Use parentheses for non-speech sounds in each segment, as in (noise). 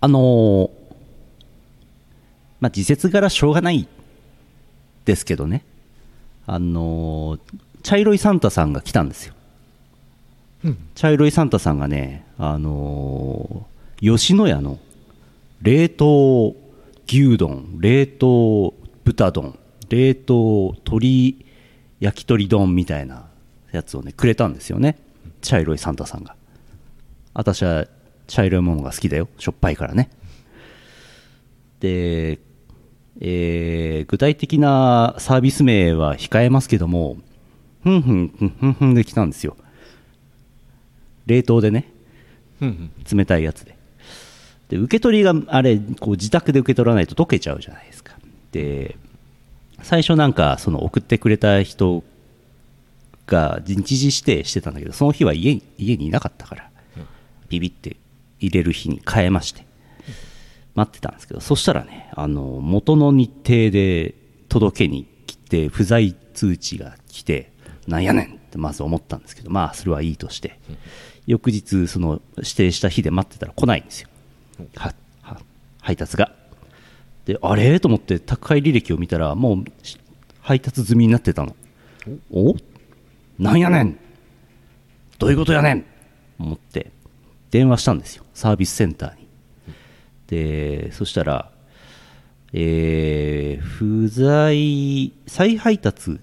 あのーまあ、時節柄しょうがないですけどね、あのー茶色いサンタさんが来たんですよ。うん茶色いサンタさんがね、あのー吉野家の冷凍牛丼、冷凍豚丼、冷凍鶏焼き鳥丼みたいなやつをね、くれたんですよね、茶色いサンタさんが。私は茶色いものが好きだよ、しょっぱいからね。で、えー具体的なサービス名は控えますけども、ふんふん、ふんふんふんで来たんですよ。冷凍でね。うん冷たいやつでで受け取りがあれこう自宅で受け取らないと溶けちゃうじゃないですかで最初なんかその送ってくれた人が日時指定してたんだけどその日は家に家にいなかったからビビって入れる日に変えまして待ってたんですけどそしたらねあの元の日程で届けに来て不在通知が来てなんやねんってまず思ったんですけどまあそれはいいとして翌日その指定した日で待ってたら来ないんですよはは配達がであれと思って宅配履歴を見たらもうし配達済みになってたのおなんやねんどういうことやねん思って電話したんですよサービスセンターにでそしたら、えー不在再配達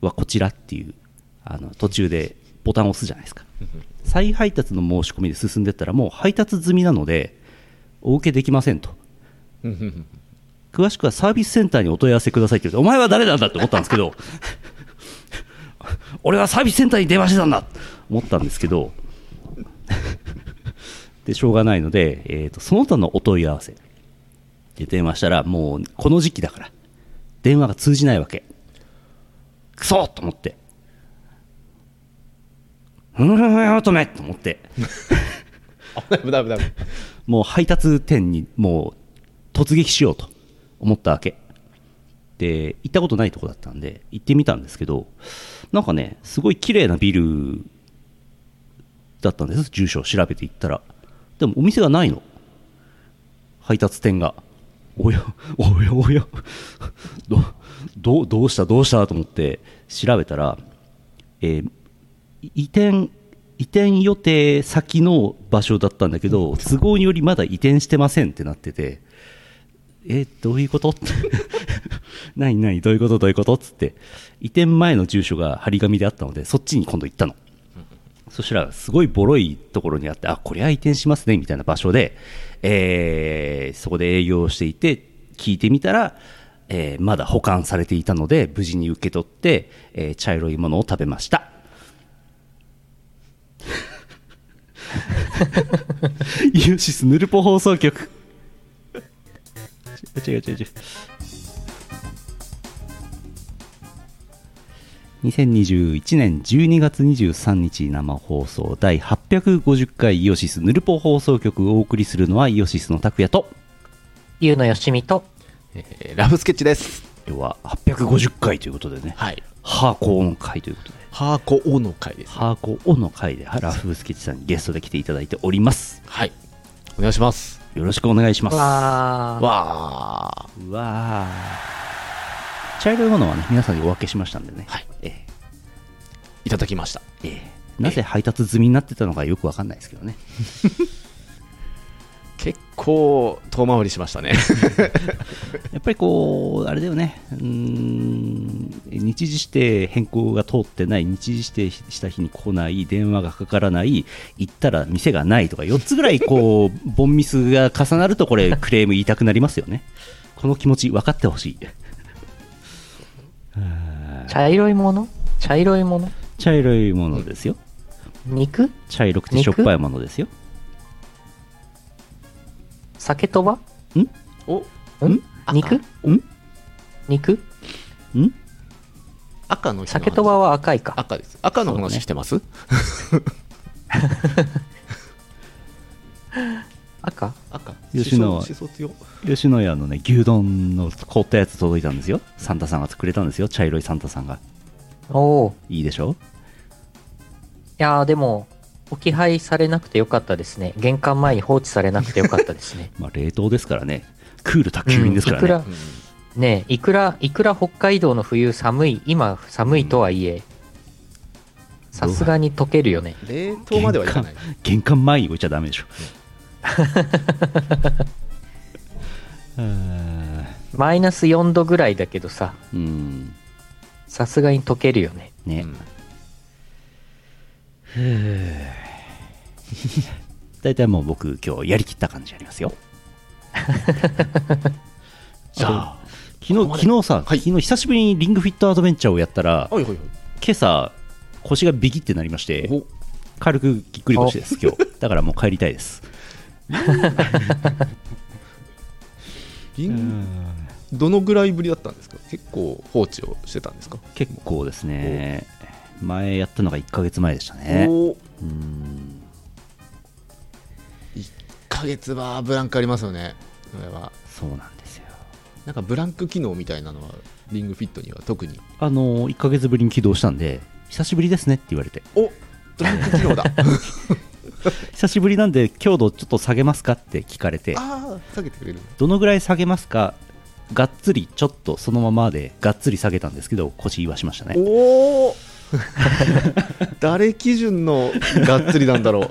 はこちらっていうあの途中でボタンを押すじゃないですか再配達の申し込みで進んでったらもう配達済みなのでお受けできませんとうんうん詳しくはサービスセンターにお問い合わせくださいって言うとお前は誰なんだって思ったんですけど俺はサービスセンターに電話してたんだと思ったんですけど (laughs) でしょうがないので、えーとその他のお問い合わせで電話したらもうこの時期だから電話が通じないわけクソと思ってふんふんふんとめと思って危ない危ない危ないもう配達店にもう突撃しようと思ったわけで行ったことないとこだったんで行ってみたんですけどなんかねすごい綺麗なビルだったんです住所を調べて行ったらでもお店がないの配達店がおやおやおやどどうどうしたどうしたと思って調べたら、えー移転移転予定先の場所だったんだけど都合によりまだ移転してませんってなっててえどういうことって (laughs) 何何どういうことどういうことっつって移転前の住所が張り紙であったのでそっちに今度行ったのそしたらすごいボロいところにあってあこれは移転しますねみたいな場所で、えーそこで営業をしていて聞いてみたら、えーまだ保管されていたので無事に受け取って、えー茶色いものを食べました (laughs) イオシスヌルポ放送局違う違う違う違う2021年12月23日生放送第850回イオシスヌルポ放送局をお送りするのはイオシスの拓也とゆうのよしみと、えーラブスケッチです今日は850回ということでねはいハーコーの回ということでハーコオの会ですハーコーオンの回でラフスケッチさんにゲストで来ていただいておりますはいお願いしますよろしくお願いしますわーわあうわー茶色いものはね皆さんにお分けしましたんでね、はいええいただきましたええなぜ配達済みになってたのかよくわかんないですけどね結構遠回りしましたねやっぱりこうあれだよねうーん日時指定変更が通ってない日時指定した日に来ない電話がかからない行ったら店がないとか4つぐらいこう (laughs) ボンミスが重なるとこれクレーム言いたくなりますよねこの気持ち分かってほしい (laughs) あー茶色いもの茶色いもの茶色いものですよ肉茶色くてしょっぱいものですよ酒とば (laughs) おんん肉ん肉ん赤の人の話酒とばは赤いか。赤です赤のそうね話してます、赤赤吉野はしそしそ強吉野家のね牛丼の凍ったやつ届いたんですよサンタさんがくれたんですよ茶色いサンタさんがおお。いいでしょ。いやーでも、置き配されなくてよかったですね。玄関前に放置されなくてよかったですねまあ、冷凍ですからね、クール (laughs) 宅急便ですからね、うんいくら、ねえいくら、いくら北海道の冬寒い、今寒いとはいえ、さすがに溶けるよね。冷凍まではいかない。玄関前に置いちゃだめでしょ。 (laughs) うマイナス4度ぐらいだけどさ、うん、さすがに溶けるよね。ね、うん (laughs) 大体もう僕今日やりきった感じあります (laughs) よじゃあ昨日昨日さ、はい昨日久しぶりにリングフィットアドベンチャーをやったらはいはいはい。今朝腰がビキってなりましてお軽くぎっくり腰です今日だからもう帰りたいですリンどのぐらいぶりだったんですか結構放置をしてたんですか結構ですね前やったのが1ヶ月前でしたねおうん1ヶ月はブランクありますよね。それは。そうなんですよなんかブランク機能みたいなのは、リングフィットには特に。あの1ヶ月ぶりに起動したんで久しぶりですねって言われておブランク機 (laughs) 能だ。久しぶりなんで強度ちょっと下げますかって聞かれてああ、下げてくれる。どのぐらい下げますかがっつりちょっとそのままでがっつり下げたんですけど腰言わしましたねおお (laughs) 誰基準のがっつりなん (laughs) だろう。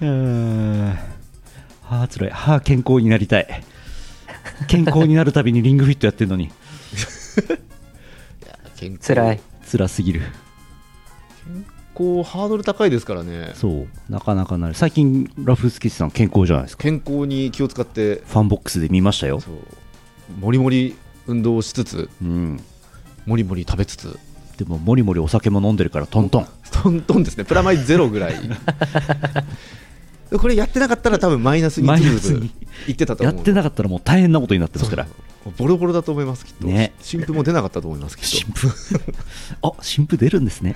うーんはあつらいはあ健康になりたい健康になるたびにリングフィットやってるのに (laughs) 健康つらい。辛すぎるこうハードル高いですからねそうなかなかなる最近ラフスケッチさん健康じゃないですか健康に気を使ってファンボックスで見ましたよそうもりもり運動をしつつうんもりもり食べつつでももりもりお酒も飲んでるからトントントントンですねプラマイゼ (laughs) ロぐらいこれやってなかったら多分マイナスにマイナずスずにいってたとや思っうてなかったらもう大変なことになってますからそうボロボロだと思いますきっと、ね新婦も出なかったと思いますきっ新婦あ新婦出るんです (laughs) ね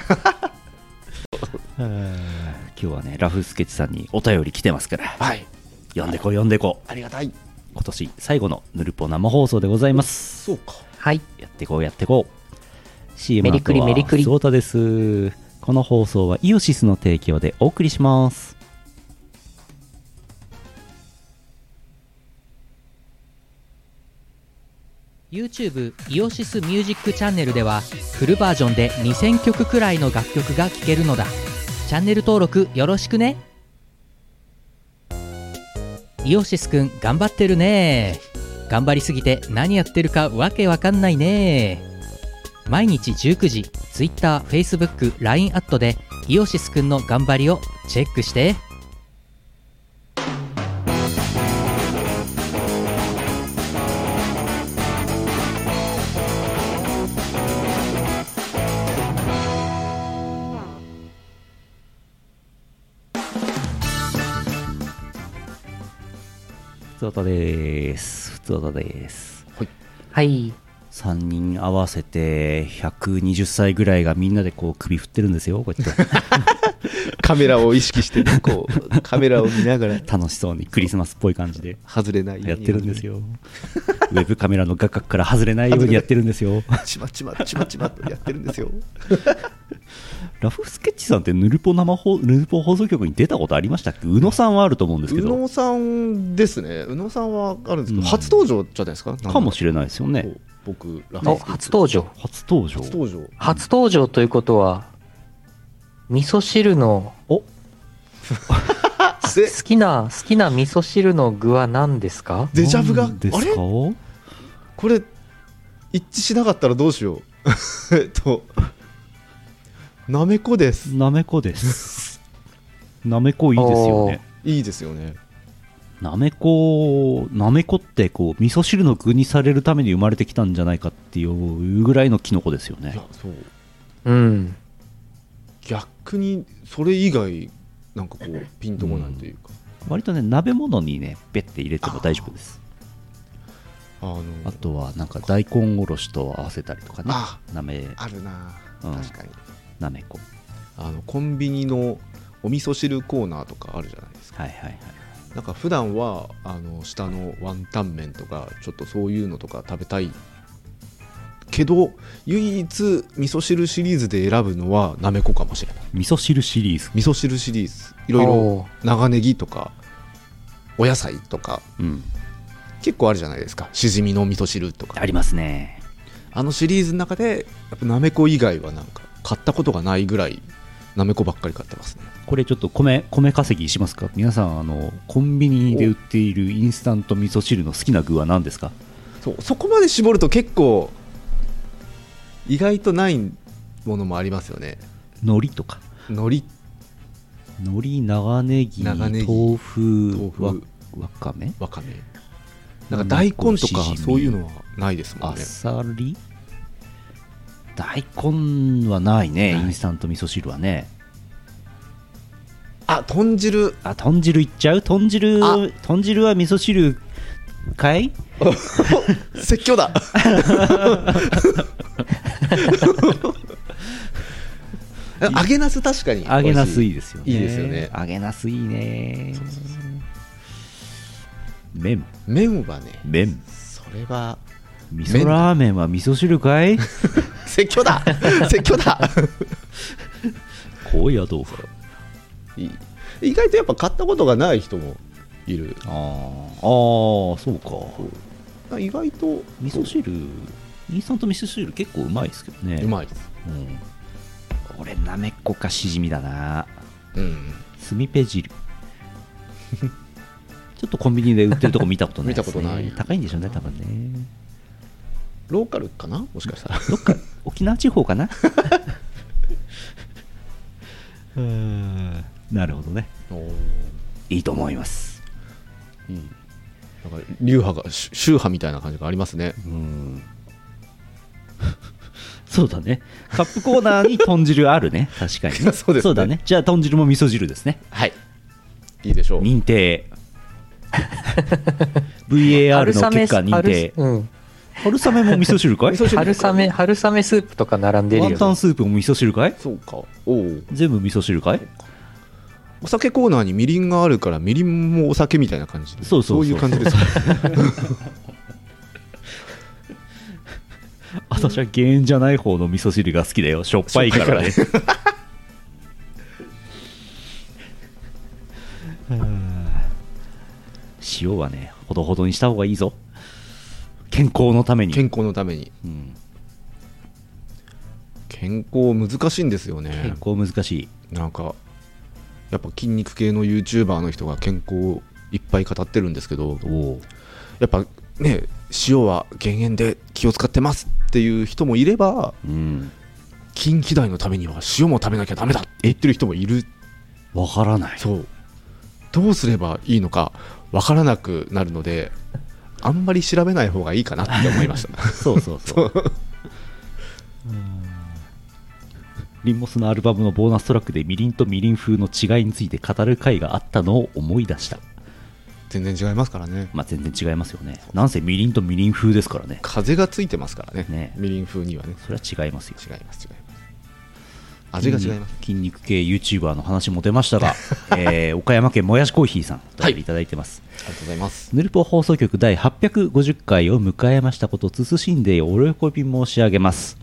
えー今日はねラフスケッチさんにお便り来てますからとはい読んでこい読んでこうありがたい今年最後のヌルポ生放送でございますそうかはい。やってこうやってこう CM メリクリの後はメリクリそうたですこの放送はイオシスの提供でお送りしますユーチューブイオシスミュージックチャンネルではフルバージョンで2000曲くらいの楽曲が聴けるのだチャンネル登録よろしくねイオシスくん頑張ってるね頑張りすぎて何やってるかわけわかんないね毎日19時 TwitterFacebookLINE アットでイオシスくんの頑張りをチェックしてふつおたですふつおたですはい。 3人合わせて120歳ぐらいがみんなでこう首振ってるんですよこうやってカメラを意識してねこう (laughs) カメラを見ながら楽しそうにクリスマスっぽい感じで外れないよやうっにてるんですよ。ウェブカメラの画角から外れないようにやってるんですよ。ちまちまちまちまとやってるんですよ (laughs) ラフスケッチさんってヌルポ生放ヌルポ放送局に出たことありましたっけ宇野さんはあると思うんですけ宇ど、野さんですね宇野さんはあるんですけど、うん初登場じゃないですかかもししれないですよね。僕ラお、初登場。初登場。初登場初登場ということは、味噌汁の、おで好きな、好きな味噌汁の具は何ですかデジャブながんですあかれこれ一致しなかったらどうし (laughs) ようえっとなめこですなめこです。 (laughs) なめこいいですよね。いいですよねなめこ、なめこってこう味噌汁の具にされるために生まれてきたんじゃないかっていうぐらいのキノコですよいねや。そううん。逆にそれ以外なんかこうピンとこないというか、割とね鍋物にねべって入れても大丈夫です。あのあとはなんか大根おろしと合わせたりとかねあなめあるな、うん確かになめこあのコンビニのお味噌汁コーナーとかあるじゃないですかはいはいはいなんか普段はあの下のワンタン麺とかちょっとそういうのとか食べたいけど唯一味噌汁シリーズで選ぶのはなめこかもしれない味噌汁シリーズ。味噌汁シリーズいろいろおー長ネギとかお野菜とかうん。結構あるじゃないですかしじみの味噌汁とかありますね。あのシリーズの中でやっぱなめこ以外はなんか買ったことがないぐらいなめこばっかり買ってますねこれちょっと米、米稼ぎしますか皆さん、あの、コンビニで売っているインスタント味噌汁の好きな具は何ですかそうそこまで絞ると結構意外とないものもありますよね海苔とか。海苔海苔、長ネギ、長ネギ豆腐豆腐わ、わかめわかめなんか大根とかしじみそういうのはないですもんあねさり大根はないね、ないインスタント味噌汁はね。あ豚汁あ、豚汁いっちゃう豚汁あ、豚汁は味噌汁かい説教だ (laughs) 揚げなす確かに揚げなす美い味しいですよね。いいですよね揚げなすいいね。麺、い麺はね麺。それは味噌ラーメンは味噌汁かい説教だ (laughs) 説教だ高野豆腐。いい意外とやっぱ買ったことがない人もいるあーあー、そうか。意外と味噌汁、インスタント味噌汁結構うまいですけどね。うまいですうん。俺、なめっこかしじみだな。うんスミペ汁。 (laughs) ちょっとコンビニで売ってるとこ見たことないです、ね。見たことない高いんでしょうね、多分ね。ローカルかなもしかしたらどっか沖縄地方かな (laughs) なるほどね。おーいいと思います。いいなんか流派がし宗派みたいな感じがありますねうん。 (laughs) そうだね。カップコーナーに豚汁あるね。確かに、いや (laughs) そうですねだね。じゃあ豚汁も味噌汁ですね。はいいいでしょう認定。VAR の結果春認定。雨うん春雨も味噌汁かい (laughs) 味噌汁春雨春雨スープとか並んでるワよンねタンスープも味噌汁かいそうかおお全部味噌汁かいお酒コーナーにみりんがあるからみりんもお酒みたいな感じでそう (laughs) そうそういう感じです私は減塩じゃない方の味噌汁が好きだよしょっぱいからね (laughs) 塩はねほどほどにした方がいいぞ健康のために健康のためにうん健康難しいんですよ健ね康難しいなんかやっぱ筋肉系の YouTuber の人が健康をいっぱい語ってるんですけどおおやっぱね塩は減塩で気を使ってますっていう人もいればうん近畿大のためには塩も食べなきゃダメだって言ってる人もいるわからないそうどうすればいいのかわからなくなるのであんまり調べない方がいいかなって思いましたそうそう (laughs) そううんリンモスのアルバムのボーナストラックでみりんとみりん風の違いについて語る回があったのを思い出した (laughs) 全然違いますからねまあ全然違いますよねなんせみりんとみりん風ですからね風がついてますからねねみりん風にはねそれは違いますよ違います違います味が違います筋肉筋肉系 YouTuber の話も出ました (laughs) が、えー岡山県もやしコーヒーさんお便りいただいてます、ありがとうございますヌルポ放送局第850回を迎えましたこと慎んでお喜び申し上げます、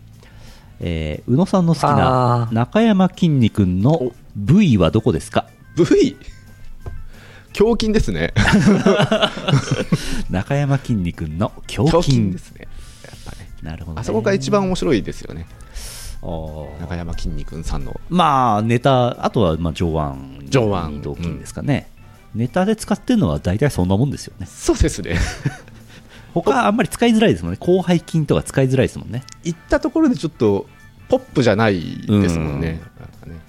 えー宇野さんの好きなあー中山きんに君の部位はどこですか V 胸筋ですね中山きんに君の胸胸筋筋ですねやっぱねなるほど、ね、あそこが一番面白いですよねあー中山きんに君さんのまあネタあとはまあ上腕上腕動筋ですかね、ネタで使ってるのは大体そんなもんですよねそうですね他あんまり使いづらいですもんね広背筋とか使いづらいですもんね行ったところでちょっとポップじゃないですもんねなんかね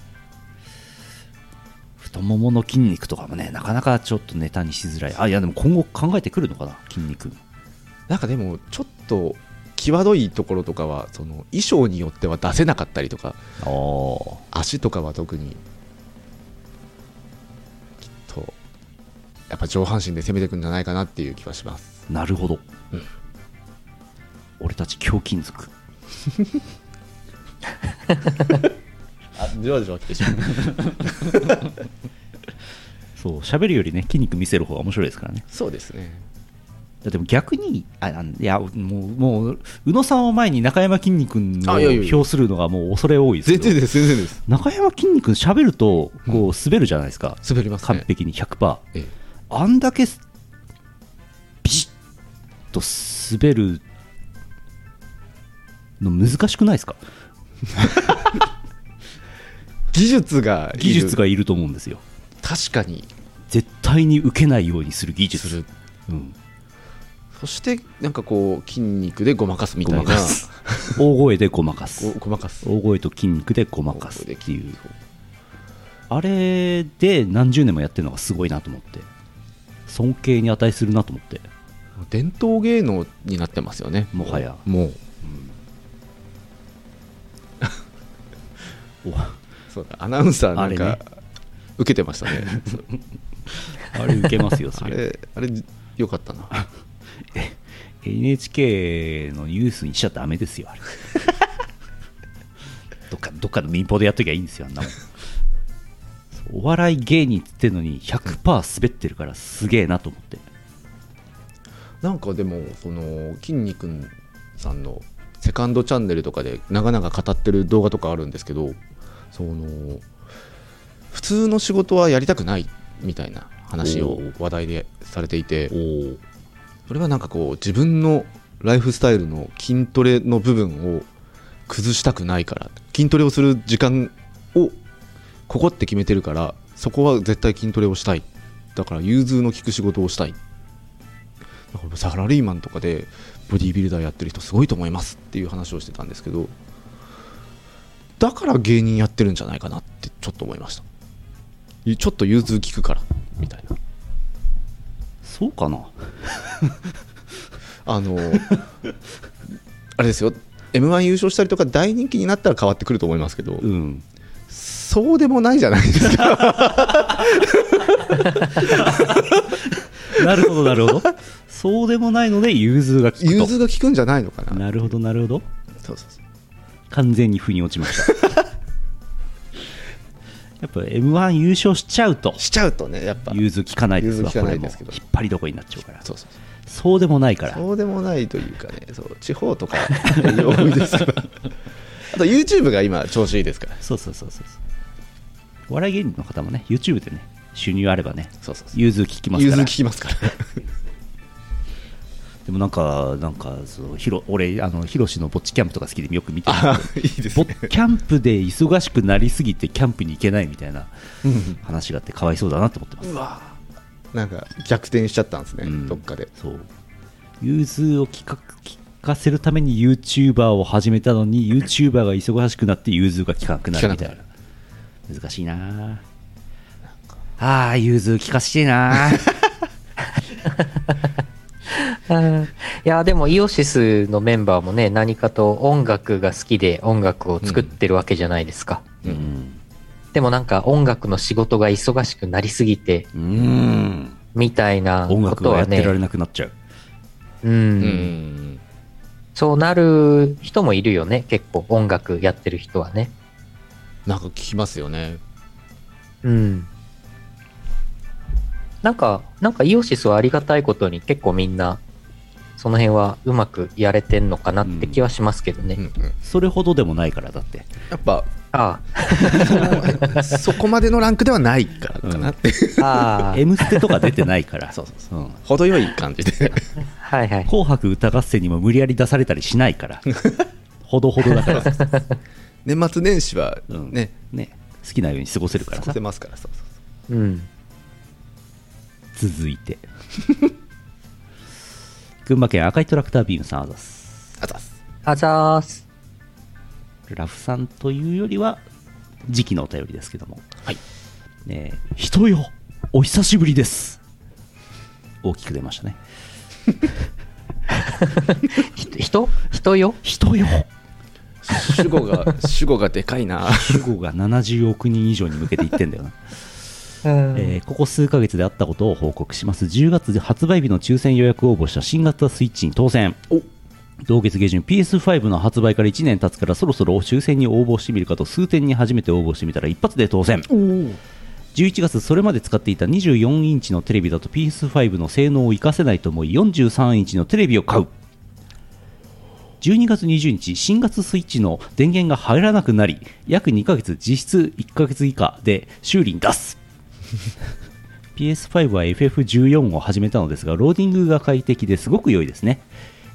太ももの筋肉とかもねなかなかちょっとネタにしづらいあいやでも今後考えてくるのかな筋肉なんかでもちょっと際どいところとかはその衣装によっては出せなかったりとかああ足とかは特にきっとやっぱ上半身で攻めていくんじゃないかなっていう気はしますなるほど、うん俺たち胸筋族あじわじわ来てしまうそう喋るよりね筋肉見せる方が面白いですからねそうですねやでも逆にああいやもうもう宇野さんを前に中山きんに君あいやいやいをや評するのがもう恐れ多いですけど全然です全然です中山きんに君喋るとこう滑るじゃないですか、滑ります完ね璧に100%、ええあんだけすビシッと滑るの難しくないですか技術がいる技術がいると思うんですよ確かに絶対に受けないようにする技する術、うん、そしてなんかこう筋肉でごまかすみたいなごまか (laughs) す大声でごまかごすごまかす大声と筋肉でごまかすっていうあれで何十年もやってるのがすごいなと思って尊敬に値するなと思って伝統芸能になってますよねもはやもうおそうだアナウンサーなんか、あれ受けてました (laughs) ねそうあれ受けますよそ (laughs) あれれあれよかったな NHK のニュースにしちゃダメですよあれ (laughs) どっかどっかの民放でやっときゃいいんですよあんなもんそうお笑い芸人っつってんのに100%滑ってるからすげえなと思ってなんかでもその筋肉さんのセカンドチャンネルとかで長々語ってる動画とかあるんですけどその普通の仕事はやりたくないみたいな話を話題でされていてそれはなんかこう自分のライフスタイルの筋トレの部分を崩したくないから筋トレをする時間をここって決めてるからそこは絶対筋トレをしたいだから融通の利く仕事をしたいだからサラリーマンとかでボディービルダーやってる人すごいと思いますっていう話をしてたんですけどだから芸人やってるんじゃないかなってちょっと思いましたちょっと融通利くからみたいなそうかなあのあれですよ m 1優勝したりとか大人気になったら変わってくると思いますけど、うんそうでもないじゃないです (laughs) かなるほどなるほどそうでもないので融通が利融く通が利くんじゃないのかとななるほどなるほどそうそうそう完全に腑に落ちました (laughs) やっぱ m 1優勝しちゃうとしちゃうとねやっぱ融通聞かないですわ融通利かこなれいもで引っすけど張りどこになっちゃうからそうそうそうそうでもないからそうでもないというかね、そう地方とか多 (laughs) いですから。あと YouTube が今調子いいですから。そうそうそうそうそうお笑い芸人の方もね YouTube でね収入あればねそうそうそう。融通聞きます融か通ら聞きますから。でもなんかなんかそうひろ俺あのヒロシのぼっちキャンプとか好きでよく見てる (laughs) あいいですぼねっ。キャンプで忙しくなりすぎてキャンプに行けないみたいな話があってかわいそうだなと思ってますうわなんか逆転しちゃったんですね、うんどっかで。そう融通を聞か聞かせるために YouTuber を始めたのに YouTuber が忙しくなって融通が聞かなくなるみたいな聞か難しいなああー融通聞かしてえなうんいやでもイオシスのメンバーもね何かと音楽が好きで音楽を作ってるわけじゃないですか、う (laughs) うんでもなんか音楽の仕事が忙しくなりすぎてうんみたいな音こ楽とがやはってねられなくなっちゃう、うん、うん。そうなる人もいるよね結構音楽やってる人はねなんか聞きますよね。うんなんかなんかイオシスはありがたいことに結構みんなその辺はうまくやれてんのかなって気はしますけどね、うんうんそれほどでもないからだってやっぱあそのそこまでのランクではないからかなって。ああ「 (laughs) あ M ステ」とか出てないから (laughs) そうそうそう。うん程よい感じで。はいはい紅白歌合戦」にも無理やり出されたりしないから (laughs) ほどほどだから、 (laughs) 年末年始はうんね、ね、好きなように過ごせるから過ごさせますから。そうそうそううん続いて (laughs) 群馬県赤いトラクタービームさんあざすあざっす。あざーす。ラフさんというよりは時期のお便りですけどもはいねえ人よお久しぶりです大きく出ましたねひ人人よ人よ主語 (laughs) が主語がでかいな。主語が70億人以上に向けていってんだよな、うんえーここ数ヶ月であったことを報告します10月で発売日の抽選予約応募した新型スイッチに当選お同月下旬 PS5 の発売から1年経つからそろそろ抽選に応募してみるかと数点に初めて応募してみたら一発で当選11月それまで使っていた24インチのテレビだと PS5 の性能を活かせないと思い43インチのテレビを買う12月20日新型スイッチの電源が入らなくなり約2ヶ月実質1ヶ月以下で修理に出す PS5 は FF14 を始めたのですがローディングが快適ですごく良いですね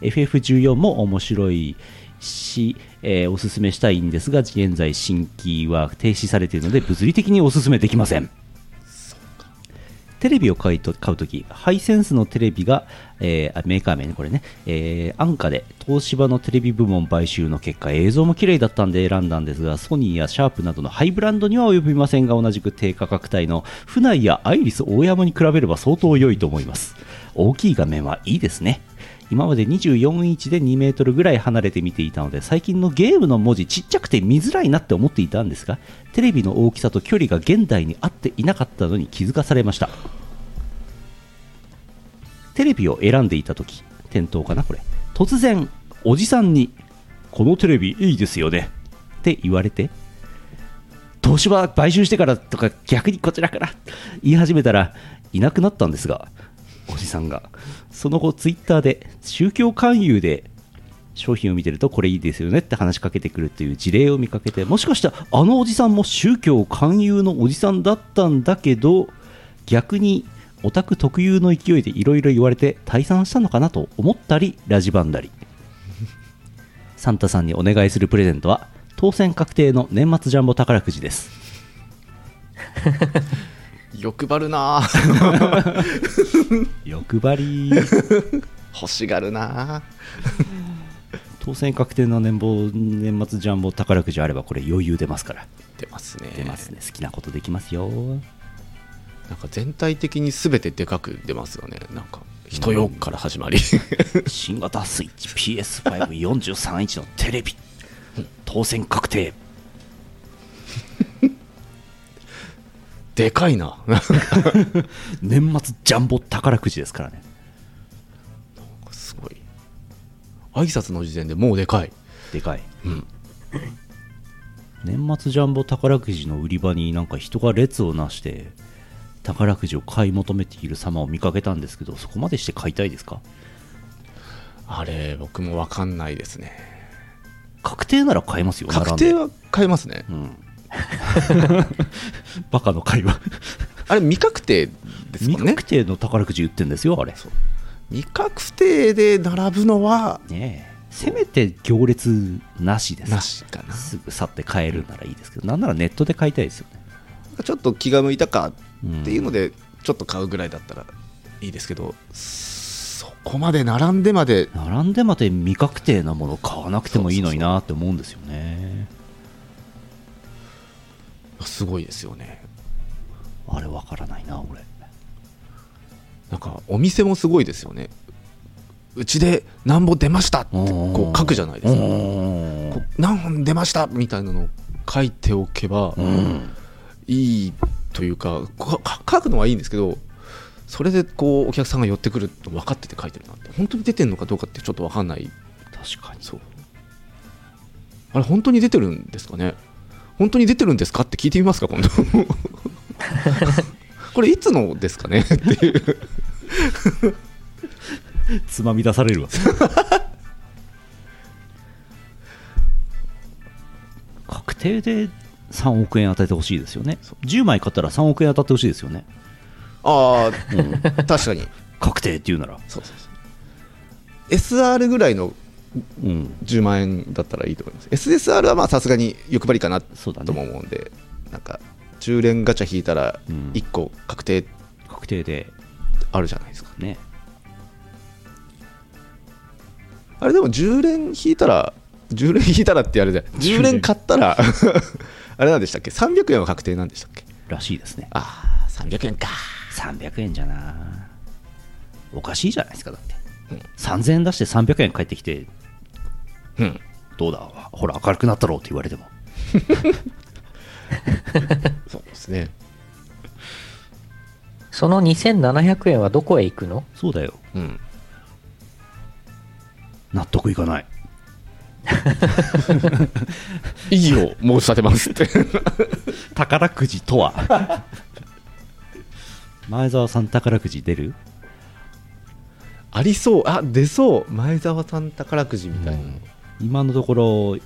FF14 も面白いし、えーおすすめしたいんですが現在新規は停止されているので物理的におすすめできませんテレビを買いと買うとき、ハイセンスのテレビが、えーあメーカー名ね、これね、えー安価で、東芝のテレビ部門買収の結果、映像も綺麗だったんで選んだんですが、ソニーやシャープなどのハイブランドには及びませんが、同じく低価格帯のフナイやアイリス大山に比べれば相当良いと思います。大きい画面はいいですね。今まで24インチで2メートルぐらい離れて見ていたので最近のゲームの文字ちっちゃくて見づらいなって思っていたんですがテレビの大きさと距離が現代に合っていなかったのに気づかされましたテレビを選んでいた時店頭かなこれ突然おじさんに「このテレビいいですよね」って言われて東芝買収してからとか逆にこちらから言い始めたらいなくなったんですがおじさんがその後ツイッターで宗教勧誘で商品を見てるとこれいいですよねって話しかけてくるという事例を見かけてもしかしたらあのおじさんも宗教勧誘のおじさんだったんだけど逆にオタク特有の勢いでいろいろ言われて退散したのかなと思ったりラジバンだりサンタさんにお願いするプレゼントは当選確定の年末ジャンボ宝くじです欲張るなあ欲張り欲しがるなあ (laughs) 当選確定の年俸年末ジャンボ宝くじあればこれ余裕出ますから出ますね出ますね好きなことできますよなんか全体的に全てでかく出ますよねなんか人よから始まり新型スイッチ PS543 インチのテレビ当選確定 (laughs) でかいな年末ジャンボ宝くじですからねすごい挨拶の時点でもうでかいでかいうん年末ジャンボ宝くじの売り場になんか人が列をなして宝くじを買い求めている様を見かけたんですけどそこまでして買いたいですかあれ僕も分かんないですね確定なら買えますよ並確んで定は買えますね (laughs) うん、バカの会話あれ未確定ですもん未ね確定の宝くじ売ってんですよあれ未確定で並ぶのはねえせめて行列なしですなしかなすぐ去って買えるならいいですけどなんならネットで買いたいですよねちょっと気が向いたかうんっていうのでちょっと買うぐらいだったらいいですけど、そこまで並んでまで並んでまで未確定なもの買わなくてもいいのになって思うんですよねすごいですよねあれわからないな俺なんかお店もすごいですよねうちでなんぼ出ましたってこう書くじゃないですかうんこう何本出ましたみたいなのを書いておけばうんいいというかこか書くのはいいんですけどそれでこうお客さんが寄ってくると分かってて書いてるなって本当に出てるのかどうかってちょっと分かんない確かにそうあれ本当に出てるんですかね本当に出てるんですかって聞いてみますか今度これいつのですかねっていうつまみ出されるわ (laughs) 確定で3億円与えてほしいですよね10枚買ったら3億円当たってほしいですよねああ、確かに確定っていうならそうそうそう SR ぐらいのうん10万円だったらいいと思います SSR はまあさすがに欲張りかなそうだねとも思うんで、なんか10連ガチャ引いたらうん1個確定確定であるじゃないですか、ねあれでも10連引いたら10連引いたらってあれ (laughs) で10連買った (laughs) らあれなんでしたっけ300円は確定なんでしたっけらしいですねああ300円か300円じゃなおかしいじゃないですかだって、3000円出して300円返ってきてうんどうだほら明るくなったろうって言われてもそうですねその2700円はどこへ行くのそうだようん納得いかない異議を申し立てますって宝くじとは (laughs) 前澤さん宝くじ出る (laughs) ありそうあ出そう前澤さん宝くじみたいなの、今のところ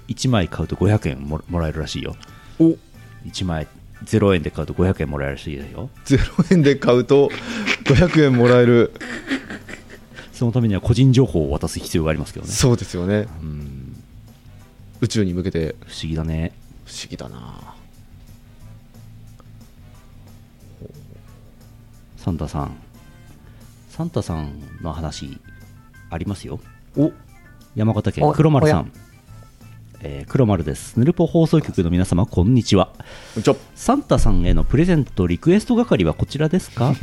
1枚買うと500円ももらえるらしいよお1枚0円で買うと500円もらえるらしいよ0円で買うと500円もらえるそのためには個人情報を渡す必要がありますけどねそうですよねうん宇宙に向けて不思議だね不思議だなサンタさんサンタさんの話ありますよお山形県お黒丸さおやん、えー黒丸ですヌルポ放送局の皆様こんにちはちょサンタさんへのプレゼントリクエスト係はこちらです (laughs) か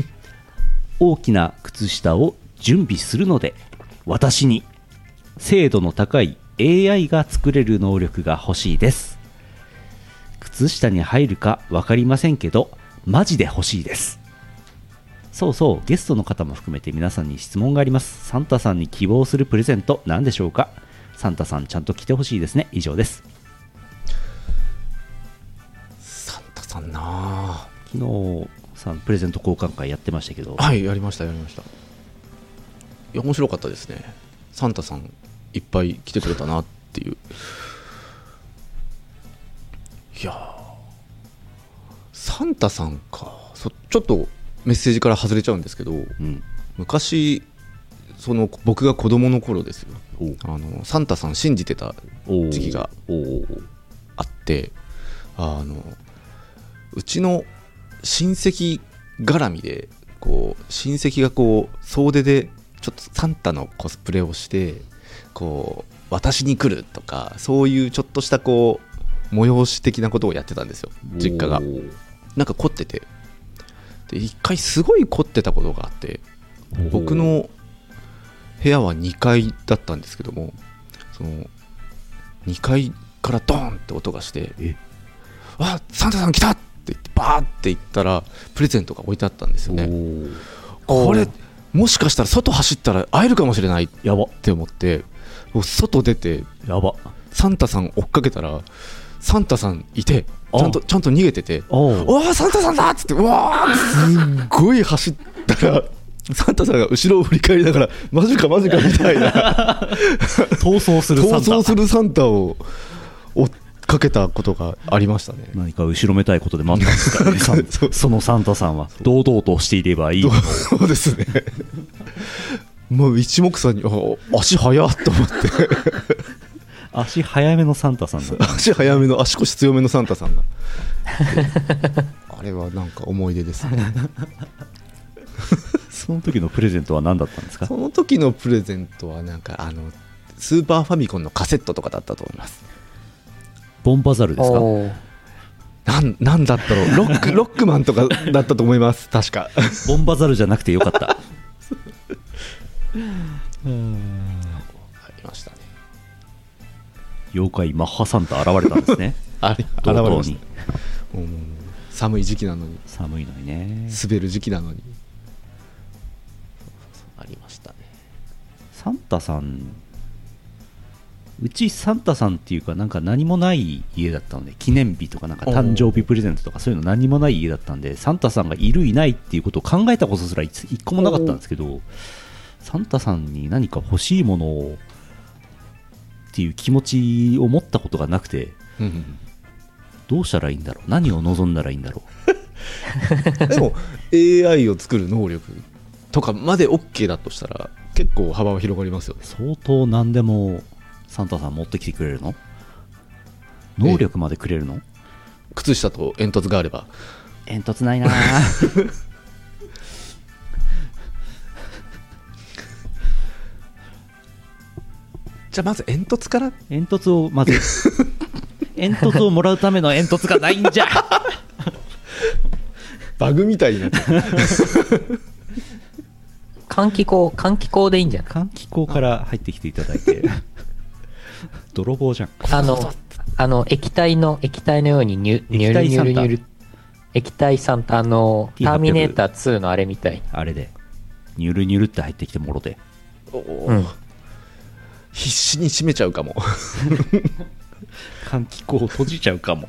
大きな靴下を準備するので私に精度の高い AI が作れる能力が欲しいです靴下に入るか分かりませんけどマジで欲しいですそうそうゲストの方も含めて皆さんに質問がありますサンタさんに希望するプレゼント何でしょうかサンタさんちゃんと来てほしいですね以上ですサンタさんな昨日さんプレゼント交換会やってましたけどはいやりましたやりましたいや面白かったですねサンタさんいっぱい来てくれたなっていういやーサンタさんかそちょっとメッセージから外れちゃうんですけどうん昔その僕が子供の頃ですよおうあのサンタさん信じてた時期がおーあってあのうちの親戚絡みでこう親戚がこう総出でちょっとサンタのコスプレをしてこう私に来るとかそういうちょっとしたこう催し的なことをやってたんですよ実家がおーなんか凝っててで一回すごい凝ってたことがあって僕の部屋は2階だったんですけどもその2階からドーンって音がしてえ「あサンタさん来た!」って言ってバーって行ったらプレゼントが置いてあったんですよねおーこれもしかしたら外走ったら会えるかもしれないっやばて思ってもう外出てやばサンタさん追っかけたらサンタさんいてあちゃんとちゃんと逃げてておわあサンタさんだっつってうわあすっごい走ったらサンタさんが後ろを振り返りながらマジかマジかみたい (laughs) な逃走する逃サンタ走するサンタを追っかけたことがありましたね何か後ろめたいことでもあったんですかねサンそうそのサンタさんは堂々としていればいいのそうですねもう一目散にあ足速っと思って (laughs) 足早めのサンタさんだ足早めの足腰強めのサンタさん (laughs) があれはなんか思い出ですねその時のプレゼントは何だったんですかその時のプレゼントはなんかあのスーパーファミコンのカセットとかだったと思いますボンバザルですかおーなんなんだったろうロッ (laughs) クロックマンとかだったと思います確かボンバザルじゃなくてよかったありましたね妖怪マッハサンタ現れたんですねあれ (laughs) 現堂れ々ましにたもうもうもう寒い時期なのに寒いのにね滑る時期なのにありましたねサンタさんうちサンタさんっていうかなんか何もない家だったので記念日とかなんか誕生日プレゼントとかそういうの何もない家だったんでサンタさんがいるいないっていうことを考えたことすら一一個もなかったんですけどサンタさんに何か欲しいものをっていう気持ちを持ったことがなくてどうしたらいいんだろう何を望んだらいいんだろでも AI を作る能力とかまで OK だとしたら結構幅は広がりますよねう相当何でもサンタさん持ってきてくれるの能力までくれるの靴下と煙突があれば煙突ないなぁじゃあまず煙突から煙突を (laughs) まず煙突をもらうための煙突がないんじゃバグみたい (laughs) になってる換気口、換気口でいいんじゃない換気口から入ってきていただいて泥棒じゃんあの、あの、液体の、液体のようにニュ、ニュル液体ニサュンタルニュル。液体サンタ、あの、 T800 ターミネーター2のあれみたい。あれでニュルニュルって入ってきてもろておーうん。必死に閉めちゃうかも換気口を閉じちゃうかも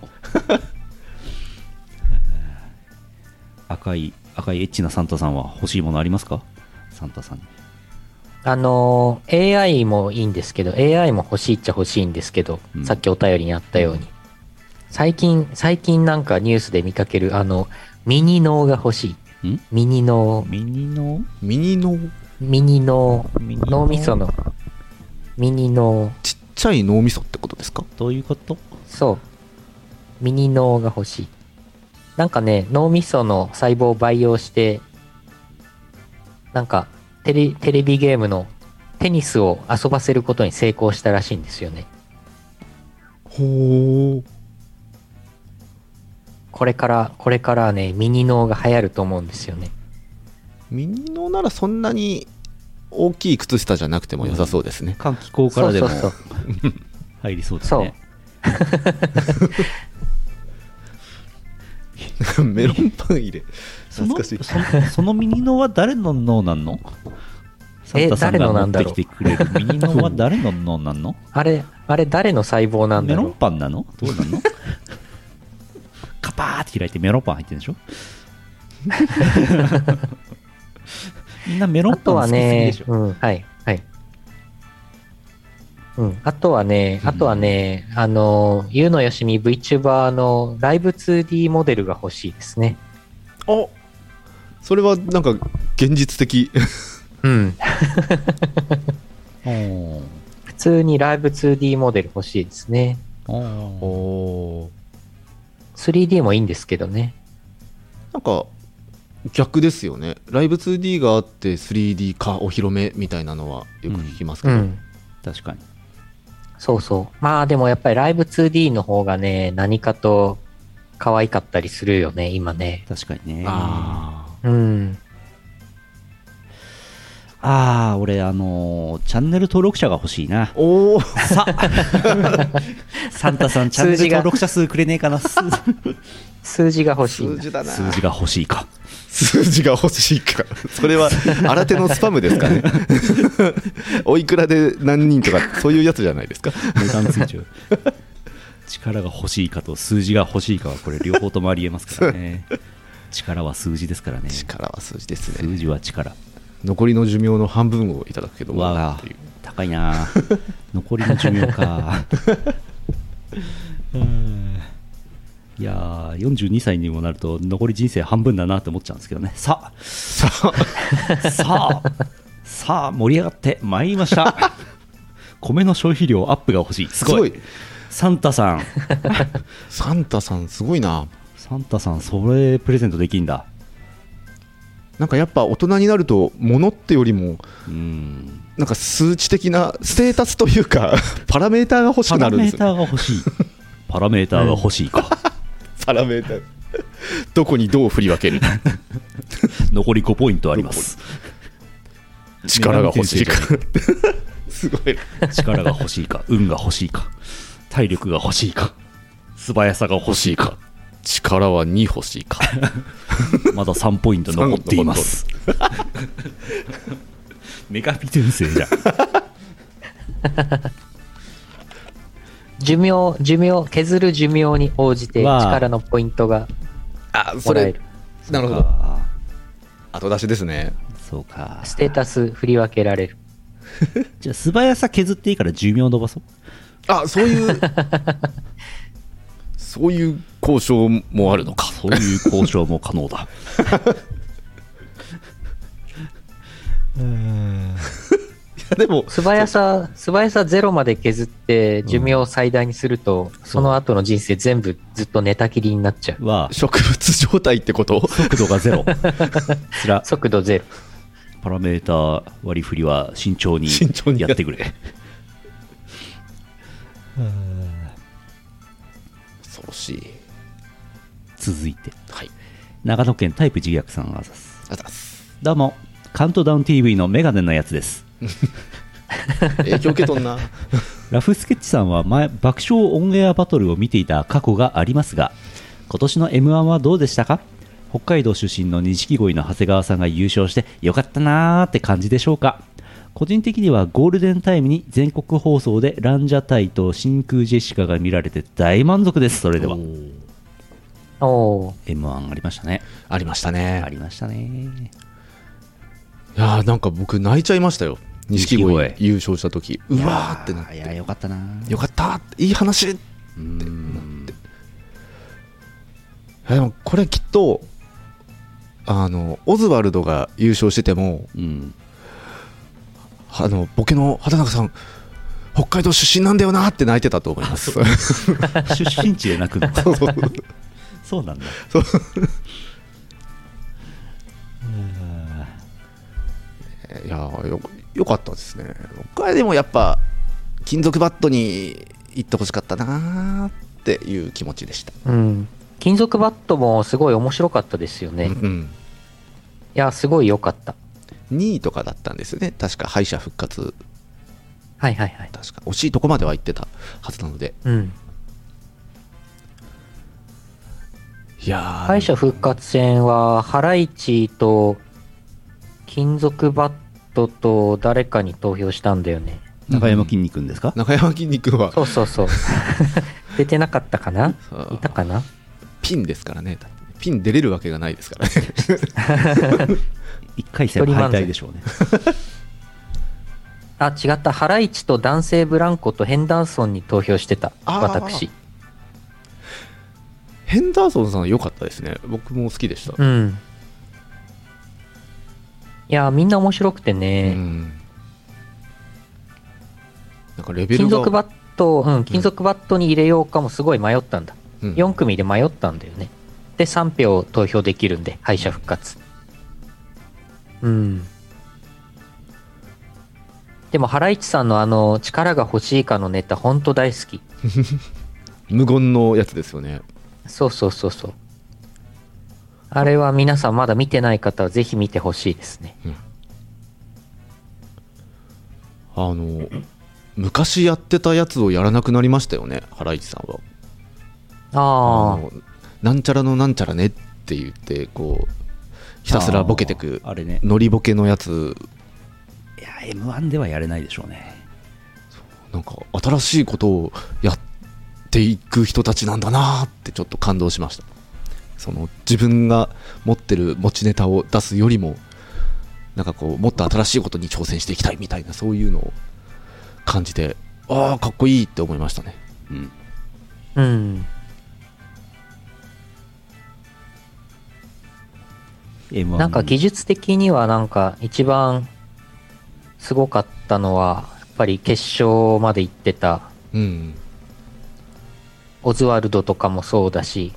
(laughs) 赤い赤いエッチなサンタさんは欲しいものありますかサンタさんに。あのー AI もいいんですけど、AI も欲しいっちゃ欲しいんですけど、うんさっきお便りにあったように。最近、最近なんかニュースで見かける、あの、ミニ脳が欲しい。んミニ脳、ミニの (laughs) ミニのミニ脳、ミニ脳みその、ミニ脳、ちっちゃい脳みそってことですかどういうことそう、ミニ脳が欲しい。なんかね、脳みその細胞を培養して、なんかテレ、テレビゲームのテニスを遊ばせることに成功したらしいんですよね。ほうこれから、これからね、ミニ脳が流行ると思うんですよね。ミニのならそんなに大きい靴下じゃなくても良さそうですね、換気口からでもそうそう入りそうですそうね。。 (laughs) メロンパン入れその懐かしいそ (laughs) のそのミニのは誰の脳なんのサンタさん誰がのな持っんだてろきうてくれるミニのは誰の脳なんのあれ、あれ誰の細胞 (laughs) なんメだロろンうパンなのどうな (laughs) のカパーって開いてメロンパン入ってるんでしょみんなメロあンパとン好はきすぎでねし、ょ、うん、はい、はい。うん、あとはね、あとはね、あの、ゆうのよしみ VTuber のライブ 2D モデルが欲しいですね。あそれはなんか現実的うん。おー普通にライブ 2D モデル欲しいですね。おーおー 3D もいいんですけどね。なんか逆ですよねライブ 2D があって 3D 化お披露目みたいなのはよく聞きますけうど、ん。確かにそうそう。まあでもやっぱりライブ 2D の方がね、何かと可愛かったりするよね、今ね。確かにねあうん。あー俺あのーチャンネル登録者が欲しいなあおお (laughs) さサンタさんチャンネル数字が登録者数くれねえかな (laughs) す数字が欲しいな。数字だな数字が欲しいか数字が欲しいかそれ (laughs) は新手のスパムです (laughs) かねおいくらで何人とかそういうやつじゃないですか値段つい (laughs) ちゃう力が欲しいかと数字が欲しいかはこれ両方ともありえますからね力は数字ですからね力は数字ですね数字は力残りの寿命の半分をいただくけどうもわあっていう高いなあ残りの寿命 (laughs) かうんいやー42歳にもなると残り人生半分だなって思っちゃうんですけどねささああさあさあ盛り上がってまいりました (laughs) 米の消費量アップが欲しいすごいすごいサンタさんサンタさんすごいなサンタさんそれプレゼントできんだなんかやっぱ大人になると物ってよりもうんなんか数値的なステータスという (laughs) かパラメーターが欲しパくなラるんメーですタよーが欲 (laughs) しいパラメーターが欲しいかパラメーターどこにどう振り分ける (laughs) 残り5ポイントあります力が欲しいか (laughs) すごい力が欲しいか運が欲しいか体力が欲しいか素早さが欲しいか力は2欲しいかまだ3ポイント残っていますメガビ転生じゃん寿命、寿命、削る寿命に応じてわあ力のポイントが (laughs) あそもらえれる。なるほどあ後出しですねーそうかステータス振り分けられる。じゃあ素早さ削っていいから寿命伸ばそうあそういう (laughs) そういう交渉もあるのかそういう交渉も可能だ (laughs) いやでも素早さ、素早さゼロまで削って寿命を最大にすると、その後の人生全部ずっと寝たきりになっちゃう。は植物状態ってこと速度がゼ (laughs) ロつら速度ゼロ。パラメーター割り振りは慎重に慎重にややってくれ。恐ろしい続いて、はい長野県タイプ自虐さんあざす。あざっすどうも、カウントダウン TV のメガネのやつです。 (laughs) 影響受けとんなラフスケッチさんは前爆笑オンエアバトルを見ていた過去がありますが今年の m 1はどうでしたか北海道出身の錦鯉の長谷川さんが優勝してよかったなーって感じでしょうか個人的にはゴールデンタイムに全国放送でランジャタイと真空ジェシカが見られて大満足ですそれではおお M1 ありましたね。ありましたねありましたね。いやーなんか僕泣いちゃいましたよ錦鯉優勝した時うわーってなっいやーいや、よかったな。よかったーいい話うんえでもこれきっとあのオズワルドが優勝しててもうん。あのボケの畑中さん北海道出身なんだよなって泣いてたと思い (laughs) ます。そう出身地で (laughs) 泣くの。そうそうそうなんだ。そういやーよよかったですね。僕はでもやっぱ金属バットに行ってほしかったなーっていう気持ちでした。うん金属バットもすごい面白かったですよね、ういんやすごい良かった2位とかだったんですよね。確か敗者復活はいはいはい確か惜しいとこまでは行ってたはずなので。うんいやー敗者復活戦はハライチと金属バットと誰かに投票したんだよね中山きんに君ですか中山筋肉はそうそう (laughs) そう出てなかったかなそういたかなピンですからね。だってピン出れるわけがないですからね。 (laughs) 一回戦敗退でしょう (laughs) ね。あ違ったハライチと男性ブランコとヘンダーソンに投票してたあー私ヘンダーソンさん良かったですね。僕も好きでした。うんいやーみんな面白くてね、うんなんかレベルが金属バット、うん、金属バットに入れようかもすごい迷ったんだ。うん4組で迷ったんだよね。で、3票投票できるんで、敗者復活。うん。でも、ハライチさんのあの、力が欲しいかのネタ、ほんと大好き。無言のやつですよね。そうそうそうそう。あれは皆さんまだ見てない方はぜひ見てほしいですね。あの昔やってたやつをやらなくなりましたよね。ハライチさんは。ああ、のなんちゃらのなんちゃらねって言ってこうひたすらボケてくあーあれね。ノリボケのやついや、M1 ではやれないでしょうね。なんか新しいことをやっていく人たちなんだなーってちょっと感動しましたその自分が持ってる持ちネタを出すよりもなんかこうもっと新しいことに挑戦していきたいみたいなそういうのを感じてああかっこいいって思いましたねうん。うん。 M1 なんか技術的にはなんか一番すごかったのは、やっぱり決勝まで行ってたうんオズワルドとかもそうだし、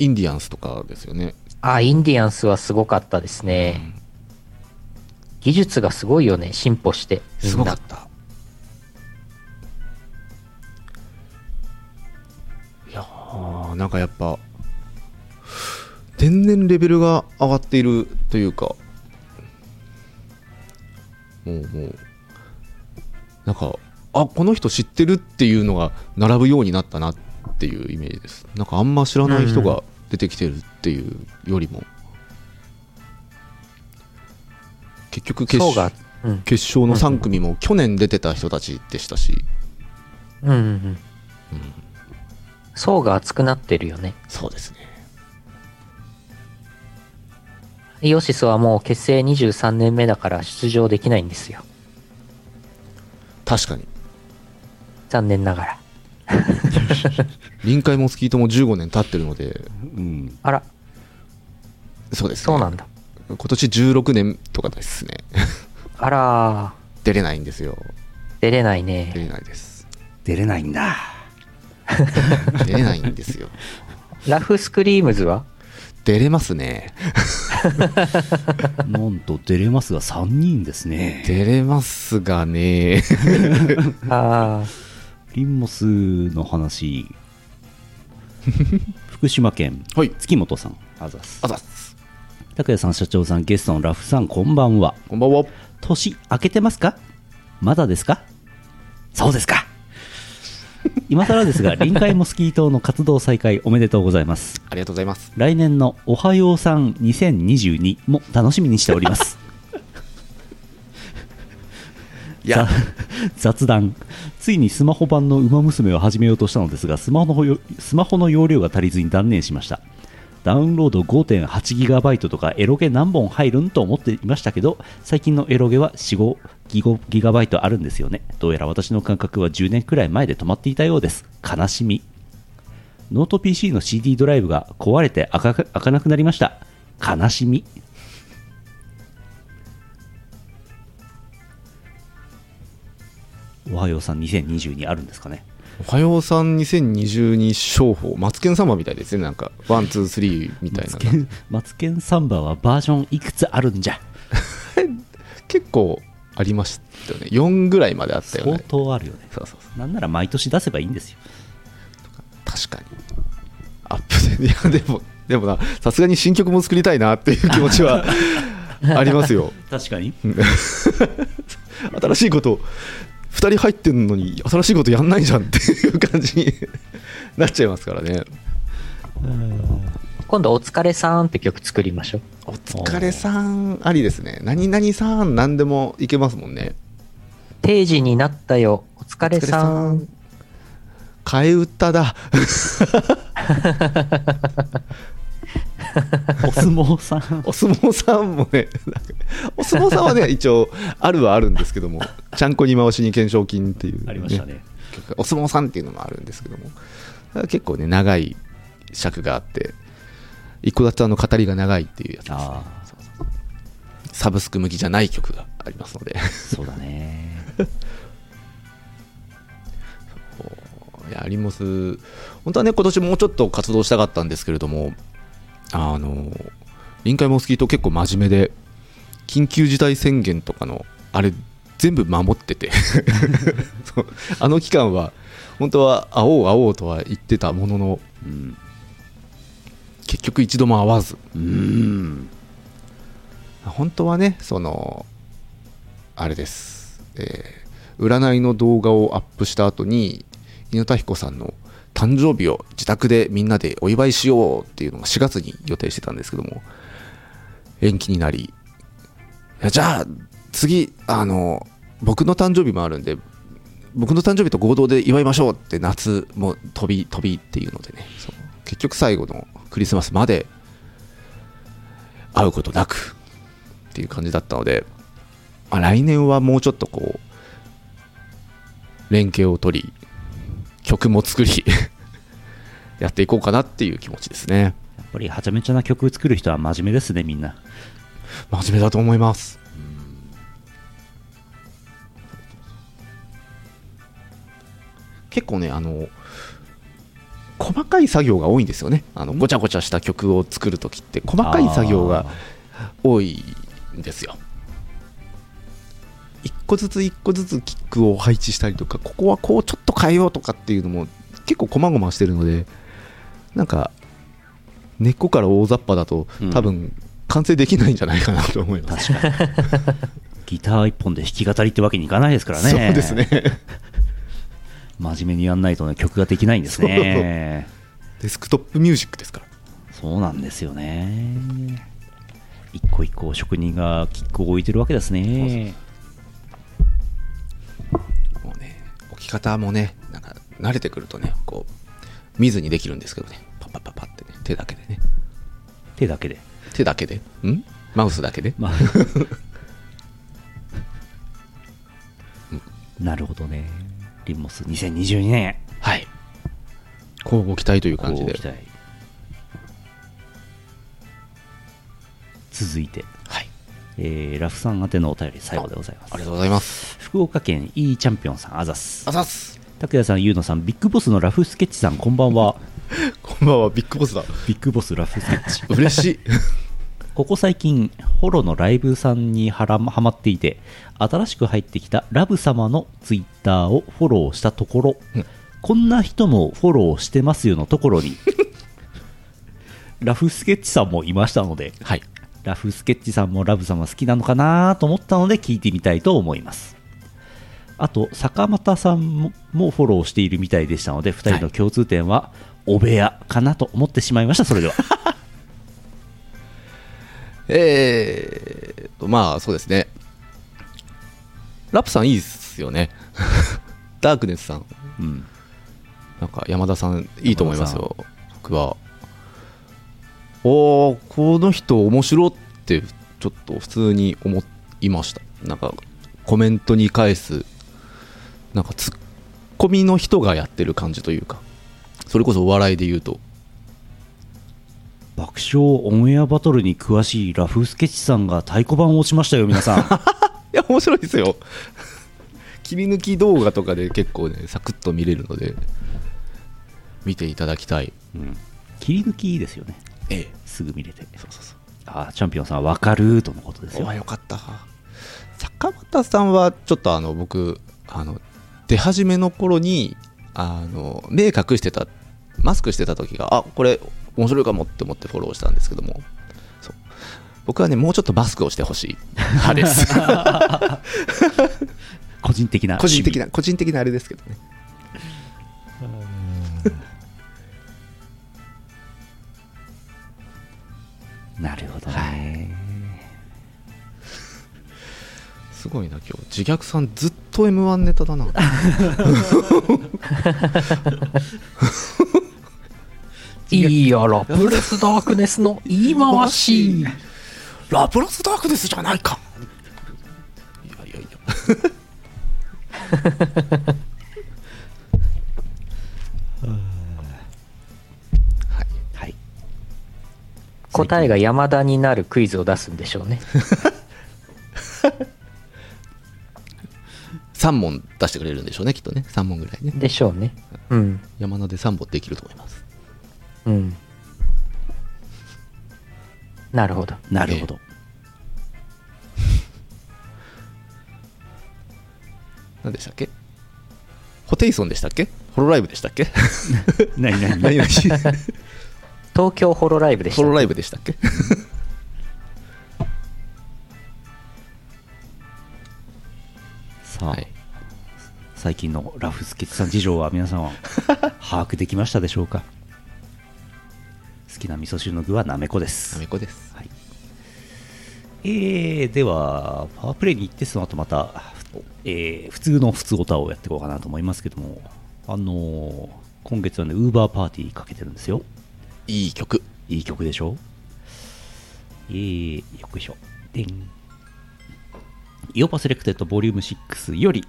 インディアンスとかですよねあ、インディアンスはすごかったですね。技術がすごいよね、進歩して。みんなすごかったいやーなんかやっぱ年々レベルが上がっているというかもうもうなんかあこの人知ってるっていうのが並ぶようになったなっていうイメージですなんかあんま知らない人が出てきてるっていうよりも、結局決層勝が、うん、決勝の3組も去年出てた人たちでしたし、うん、うんうん。層が厚くなってるよね。そうですねイオシスはもう結成23年目だから出場できないんですよ。確かに残念ながら。臨海モスキートも15年経ってるのでうん。あら、そうです、ね、そうなんだ。今年16年とかですねあら出れないんですよー、出れない出ね。れないです出れないんだ。出れないんです (laughs) よラフスクリームズは出れますねなんと出れますが3人ですね。出れますがねああ、リンモスの (laughs) 話。福島県、はい月本さん、あざすあ。ざっす拓也さん、社長さん、ゲストのラフさん、こんばんは。こんばんは年明けてますかまだですかそうですか今更ですが臨海モスキー島の活動再開おめでとうございますありがとうございます来年の「おはようさん2022」も楽しみにしておりますいやざ雑談ついにスマホ版の「ウマ娘」を始めようとしたのですがスマホのよスマホの容量が足りずに断念しましたダウンロード 5.8GB とかエロゲ何本入るんと思っていましたけど最近のエロゲは4 5 g b あるんですよねどうやら私の感覚は10年くらい前で止まっていたようです悲しみノート PC の CD ドライブが壊れて開か開かなくなりました悲しみおはようさん2022あるんですかねおはようさん2022商法マツケン様みたいですねなんかワンツースリーみたいマツなケンマツケンサンバはバージョンいくつあるんじゃ結構ありましたよね4ぐらいまであったよ相ね当あるよねそうそうそうなんなら毎年出せばいいんですよ確かにアップデートいやでもでもなさすがに新曲も作りたいなっていう気持ち (laughs) はありますよ確かに新しいこと2人入ってんのに新しいことやんないじゃんっていう感じになっちゃいますからね今度、お疲れさんって曲作りましょう。お疲れさんありですね何々さん何でもいけますもんね定時になったよ。お疲れさん。替え歌だお相撲さんお相撲さんもねなんかお相撲さんはね一応あるはあるんですけどもちゃんこに回しに懸賞金っていう、ありましたね曲お相撲さんっていうのもあるんですけども結構ね長い尺があって一戸建ての語りが長いっていうやつですねああサブスク向きじゃない曲がありますのでそうだねいやリンモス本当はね今年もうちょっと活動したかったんですけれどもあの臨海モスキート結構真面目で緊急事態宣言とかのあれ全部守っ (laughs) ててそうあの期間は本当は会おう会おうとは言ってたもののうん結局一度も会わずうん本当はねそのあれです、えー占いの動画をアップした後に猪田彦さんの誕生日を自宅でみんなでお祝いしようっていうのが4月に予定してたんですけども延期になりいやじゃあ次あの僕の誕生日もあるんで僕の誕生日と合同で祝いましょうって夏も飛び飛びっていうのでねそう結局最後のクリスマスまで会うことなくっていう感じだったので、まあ、来年はもうちょっとこう連携を取り曲も作り (laughs) やっていこうかなっていう気持ちですねやっぱりはちゃめちゃな曲作る人は真面目ですねみんな真面目だと思います結構ねあの細かい作業が多いんですよねあのごちゃごちゃした曲を作るときって細かい作業が多いんですよ一個ずつ一個ずつキックを配置したりとかここはこうちょっと変えようとかっていうのも結構細々してるのでなんか根っこから大雑把だとうん多分完成できないんじゃないかなと思います、確かにギター一本で弾き語りってわけにいかないですからねそうですね (laughs) 真面目にやんないとね曲ができないんですねデスクトップミュージックですからそうなんですよね一個一個職人がキックを置いてるわけですねもうね置き方もねなんか慣れてくるとねこう見ずにできるんですけどねパッパッパッパってね手だけでね手だけで手だけでんマウスだけでまあ (laughs) なるほどねリンモス2022年はいこうご期待というこう感じで期待続いて、はいえーラフさん宛てのお便り最後でございまあすりがとうございます福岡県 E チャンピオンさんあざっすあざっす拓也さんゆうのさんビッグボスのラフスケッチさんこんばんはこんばんはビッグボスだビッグボスラフスケッチ嬉しいここ最近ホロのライブさんにはらはまっていて新しく入ってきたラブ様のツイッターをフォローしたところ、うんこんな人もフォローしてますよのところに (laughs) ラフスケッチさんもいましたのではいラフスケッチさんもラブ様好きなのかなと思ったので聞いてみたいと思いますあと坂本さんももフォローしているみたいでしたので2人の共通点は、お部屋かなと思ってしまいましたそれではえーとまあそうですねラップさんいいっすよね (laughs) ダークネスさんうん、なんか山田さんいいと思いますよ僕はおーこの人面白ってちょっと普通に思いましたなんかコメントに返すなんかツッコミの人がやってる感じというかそれこそお笑いで言うと (laughs) 爆笑オンエアバトルに詳しいラフスケッチさんが太鼓判を押しましたよ皆さんいや面白いですよ切り抜き動画とかで結構ねサクッと見れるので見ていただきたい (laughs) 切り抜きいいですよねええすぐ見れてそうそうそうああチャンピオンさん分かるとのことですよあよかった坂本さんはちょっとあの僕あの出始めの頃にあの目隠してたマスクしてた時があこれ面白いかもって思ってフォローしたんですけどもそう僕はねもうちょっとマスクをしてほしい派です個人的な個人的なな個人的なあれですけどねなるほどね、すごいな今日自虐さんずっと m 1ネタだないいや、ラプレスダークネスの言い回し。ラプラスダークネスじゃないかいやいやいやはい答えが山田になるクイズを出すんでしょうね。 3問出してくれるんでしょうねきっとね3問ぐらいねでしょうね。うん。山名で3本できると思いますうん。なるほど。なる (laughs) ほど、何でしたっけホテイソンでしたっけホロライブでしたっけ何何 (laughs) 何々東京ホロライブでし (laughs) ホたロね。ライブで (laughs) したっけさあ、はい最近のラフスケッチさん事情は皆 (laughs) さんは把握できましたでしょうか好きな味噌汁の具はなめこですなめこですはい、えー、ではパワープレイに行ってその後また、えー普通の普通オタをやっていこうかなと思いますけどもあのー今月はねウーバーパーティーかけてるんですよいい曲いい曲でしょえー、よくしょ。でん。イオパセレクテッドボリューム6より、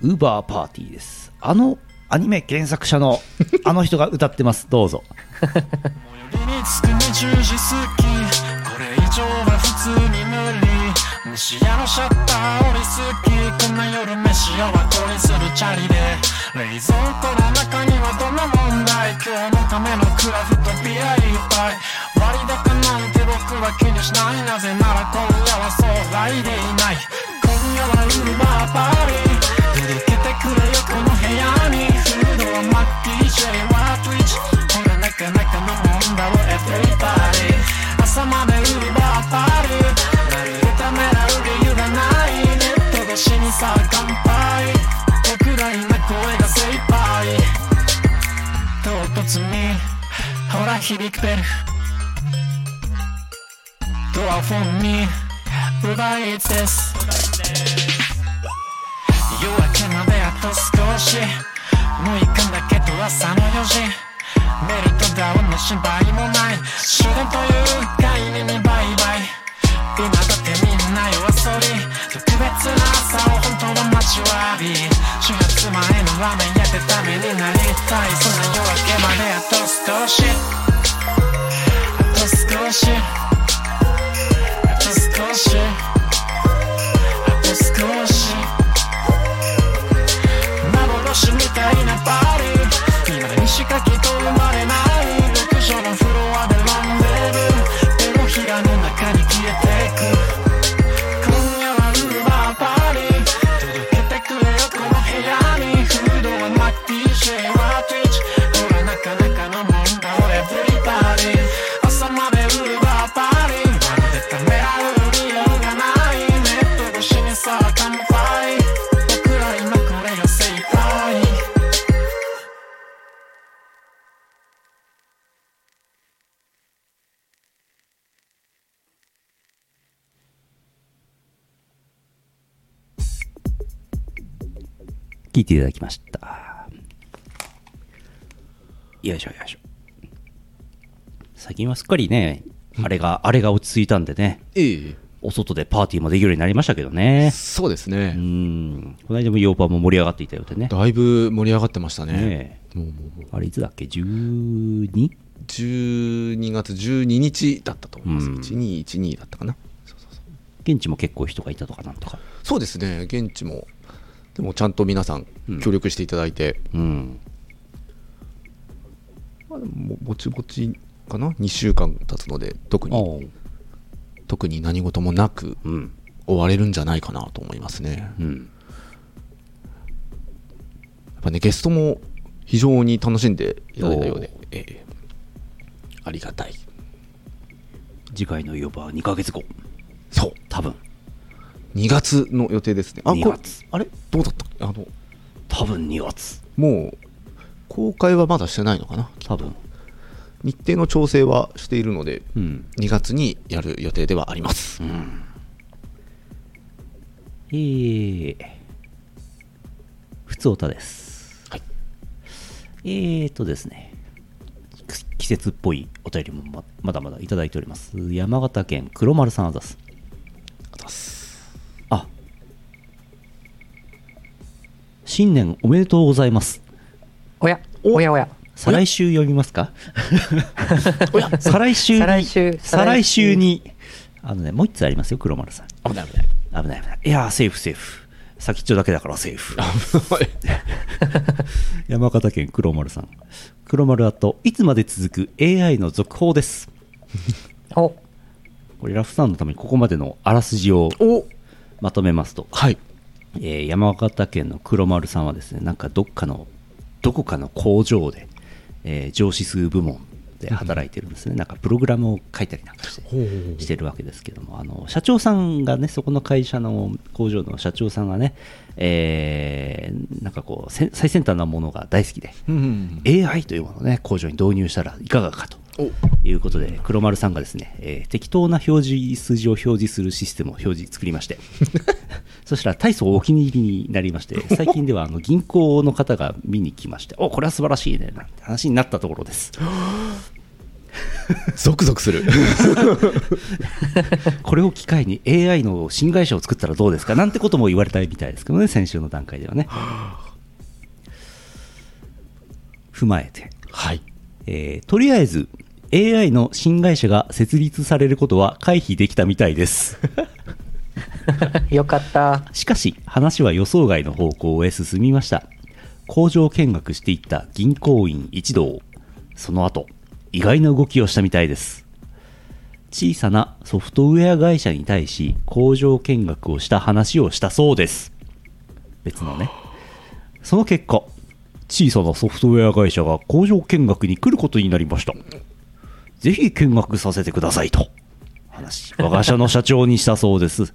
ウーバーパーティーです。あのアニメ原作者 (laughs) のあの人が歌ってます。どうぞ。寄り道に10時過ぎこれ以上は普通に無理西屋のシャッター降りすぎこんな夜飯をはこりするチャリで冷蔵庫の中にはどんな問題今日のためのクラフトビアいっぱい割高なんて僕は気にしないなぜなら今夜はそう来でいない今夜はウーバーパーリー届けてくれよこの部屋にフードはマッキーシェリーはトゥイチほらなかなかのもんだろエブリバディ朝までウーバーパ (laughs) ーリーまるでためらう理由がないネット越しにさ乾杯僕ら今声が精一杯唐突にほら響くベルドアフォンに奪いです夜明けまであと少しもう行くんだけど朝の4時メルトダウンの心配もない終電という概念にバイバイ今だってみんな夜遊び特別な朝を本当は待ちわび始発前のラーメン屋でダメになりたいそんな夜明けまであと少しあと少しあと少しあと少し幻みたいなパーリー今にしかきと生まれない六畳のフロアでランデブーでもひらの中に消えてく今夜はウーバーパーリー届けてくれよこの部屋にフードはマッティーシェイはトゥイチほらなかなかのもんだろエブリバディ朝までウーバーパーリーまるでためらう理由がな聞いていただきました。よいしょよいしょ。最近はすっかりね、あれが、あれが落ち着いたんでね、えお外でパーティーもできるようになりましたけどねえ。そうですうね、ん。この間もヨーパーも盛り上がっていたようでね。だいぶ盛り上がってましたねねもうもうもうあれいつだっけ ?12? 12月12日だったと思います、うん1212だったかなそうそうそう現地も結構人がいたとかなんとか。そうですね現地もでもちゃんと皆さんうん協力していただいて、うん。まあでももぼちぼちかな2週間経つので特におう特に何事もなくうん。終われるんじゃないかなと思いますねやうん。っぱねゲストも非常に楽しんでいただいたようでお、ええありがたい次回のヨーパーは2ヶ月後。そう多分。 2月の予定ですねあ2これ月あれどうだったあの多分2月。もう公開はまだしてないのかな多分。日程の調整はしているのでうん。 2月にやる予定ではあります、えー、ふつおたです。はいえーとですね、き季節っぽいお便りもままだまだいただいております。山形県黒丸さんあざす。あざっすあ、新年おめでとうございます。おや、おやおや。再来週読みますか (laughs) 再来週に、再来週再来週に、あのね、もう一つありますよ、黒丸さん。危ない危ない危ない危ない。いやー、セーフセーフ。先っちょだけだからセーフ。山形県黒丸さん黒丸あといつまで続く AI の続報ですお、 (laughs) これラフさんのためにここまでのあらすじをおまとめますと、はいえー山形県の黒丸さんはですねなんかどっかのどこかの工場で、えー上司数部門で働いてるんですね、なんかプログラムを書いたりなんかしてほうほうほうしてるわけですけどもあの社長さんがねそこの会社の工場の社長さんがね、えーなんかこうせ最先端なものが大好きで、うん AI というものをね工場に導入したらいかがかとおいうことで黒丸さんがですね、えー適当な表示数字を表示するシステムを表示作りましてそしたら大層お気に入りになりまして最近ではあの銀行の方が見に来ましておこれは素晴らしいねなんて話になったところです (laughs) ゾクゾクするこれを機会に AI の新会社を作ったらどうですかなんてことも言われたみたいですけどね先週の段階ではね踏まえてはいえーとりあえず AI の新会社が設立されることは回避できたみたいですよかった。しかし話は予想外の方向へ進みました工場見学していった銀行員一同その後意外な動きをしたみたいです小さなソフトウェア会社に対し工場見学をした話をしたそうです別のねその結果小さなソフトウェア会社が工場見学に来ることになりましたぜひ見学させてくださいと話我が社の社長にしたそうです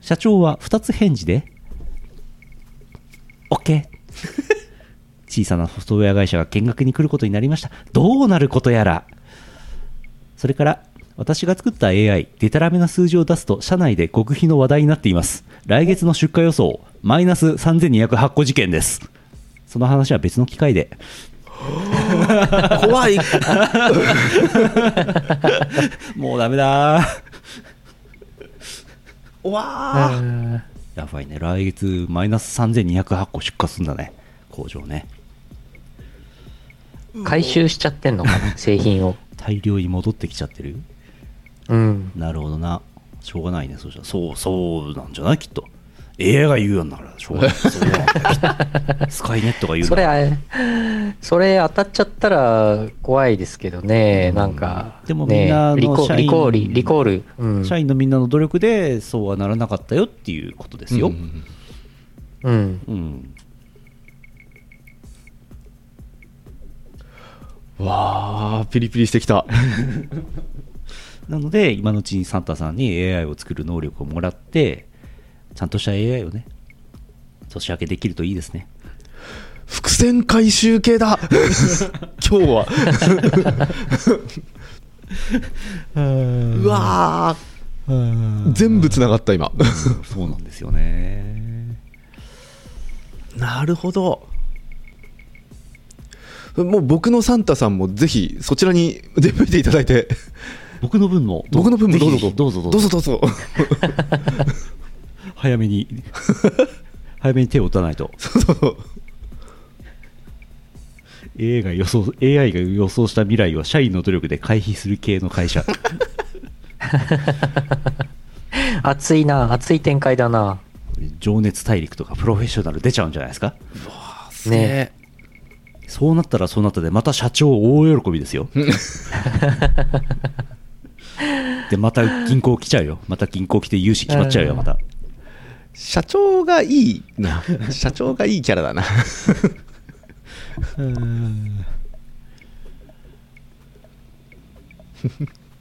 社長は2つ返事で OK (laughs) 小さなソフトウェア会社が見学に来ることになりましたどうなることやらそれから私が作った AI デタラメな数字を出すと社内で極秘の話題になっています来月の出荷予想マイナス3208個事件ですその話は別の機会で怖い (laughs) もうダメだーおわーうんやばいね、来月マイナス3208個出荷すんだね、工場ね。回収しちゃってんのかな、製品を。大量に戻ってきちゃってるうん。なるほどな。しょうがないね、そうしたら。そう、そうなんじゃないきっと。AI が言うようになら、しょう (laughs) がない。そうなんだよきっとスカイネットが言うそなれ、ら。あれそれ当たっちゃったら怖いですけどね、なんか。でもねみんなあのリコ社員リコール、リコール。うん。社員のみんなの努力で、そうはならなかったよっていうことですよ。うんうん。うんわーピリピリしてきたなので、今のうちにサンタさんに AI を作る能力をもらって、ちゃんとした AI をね、年明けできるといいですね。 (laughs) 伏線回収系だ (laughs) 今日は (laughs) うわ (laughs) ー全部つながった今そうなんですよね。なるほどもう僕のサンタさんもぜひそちらに (laughs) 出向いていただいて僕の分もどう僕の分もどうぞぜひどうぞどうぞどうぞどうぞ早めに (laughs) 早めに手を打たないとそうそうそう AI が予想 AI が予想した未来を社員の努力で回避する系の会社熱いな、熱い展開だな。情熱大陸とかプロフェッショナル出ちゃうんじゃないですかねそうなったらそうなったでまた社長大喜びです (laughs) よでまた銀行来ちゃうよまた銀行来て融資決まっちゃうよまた社長がいいな社長がいいキャラだな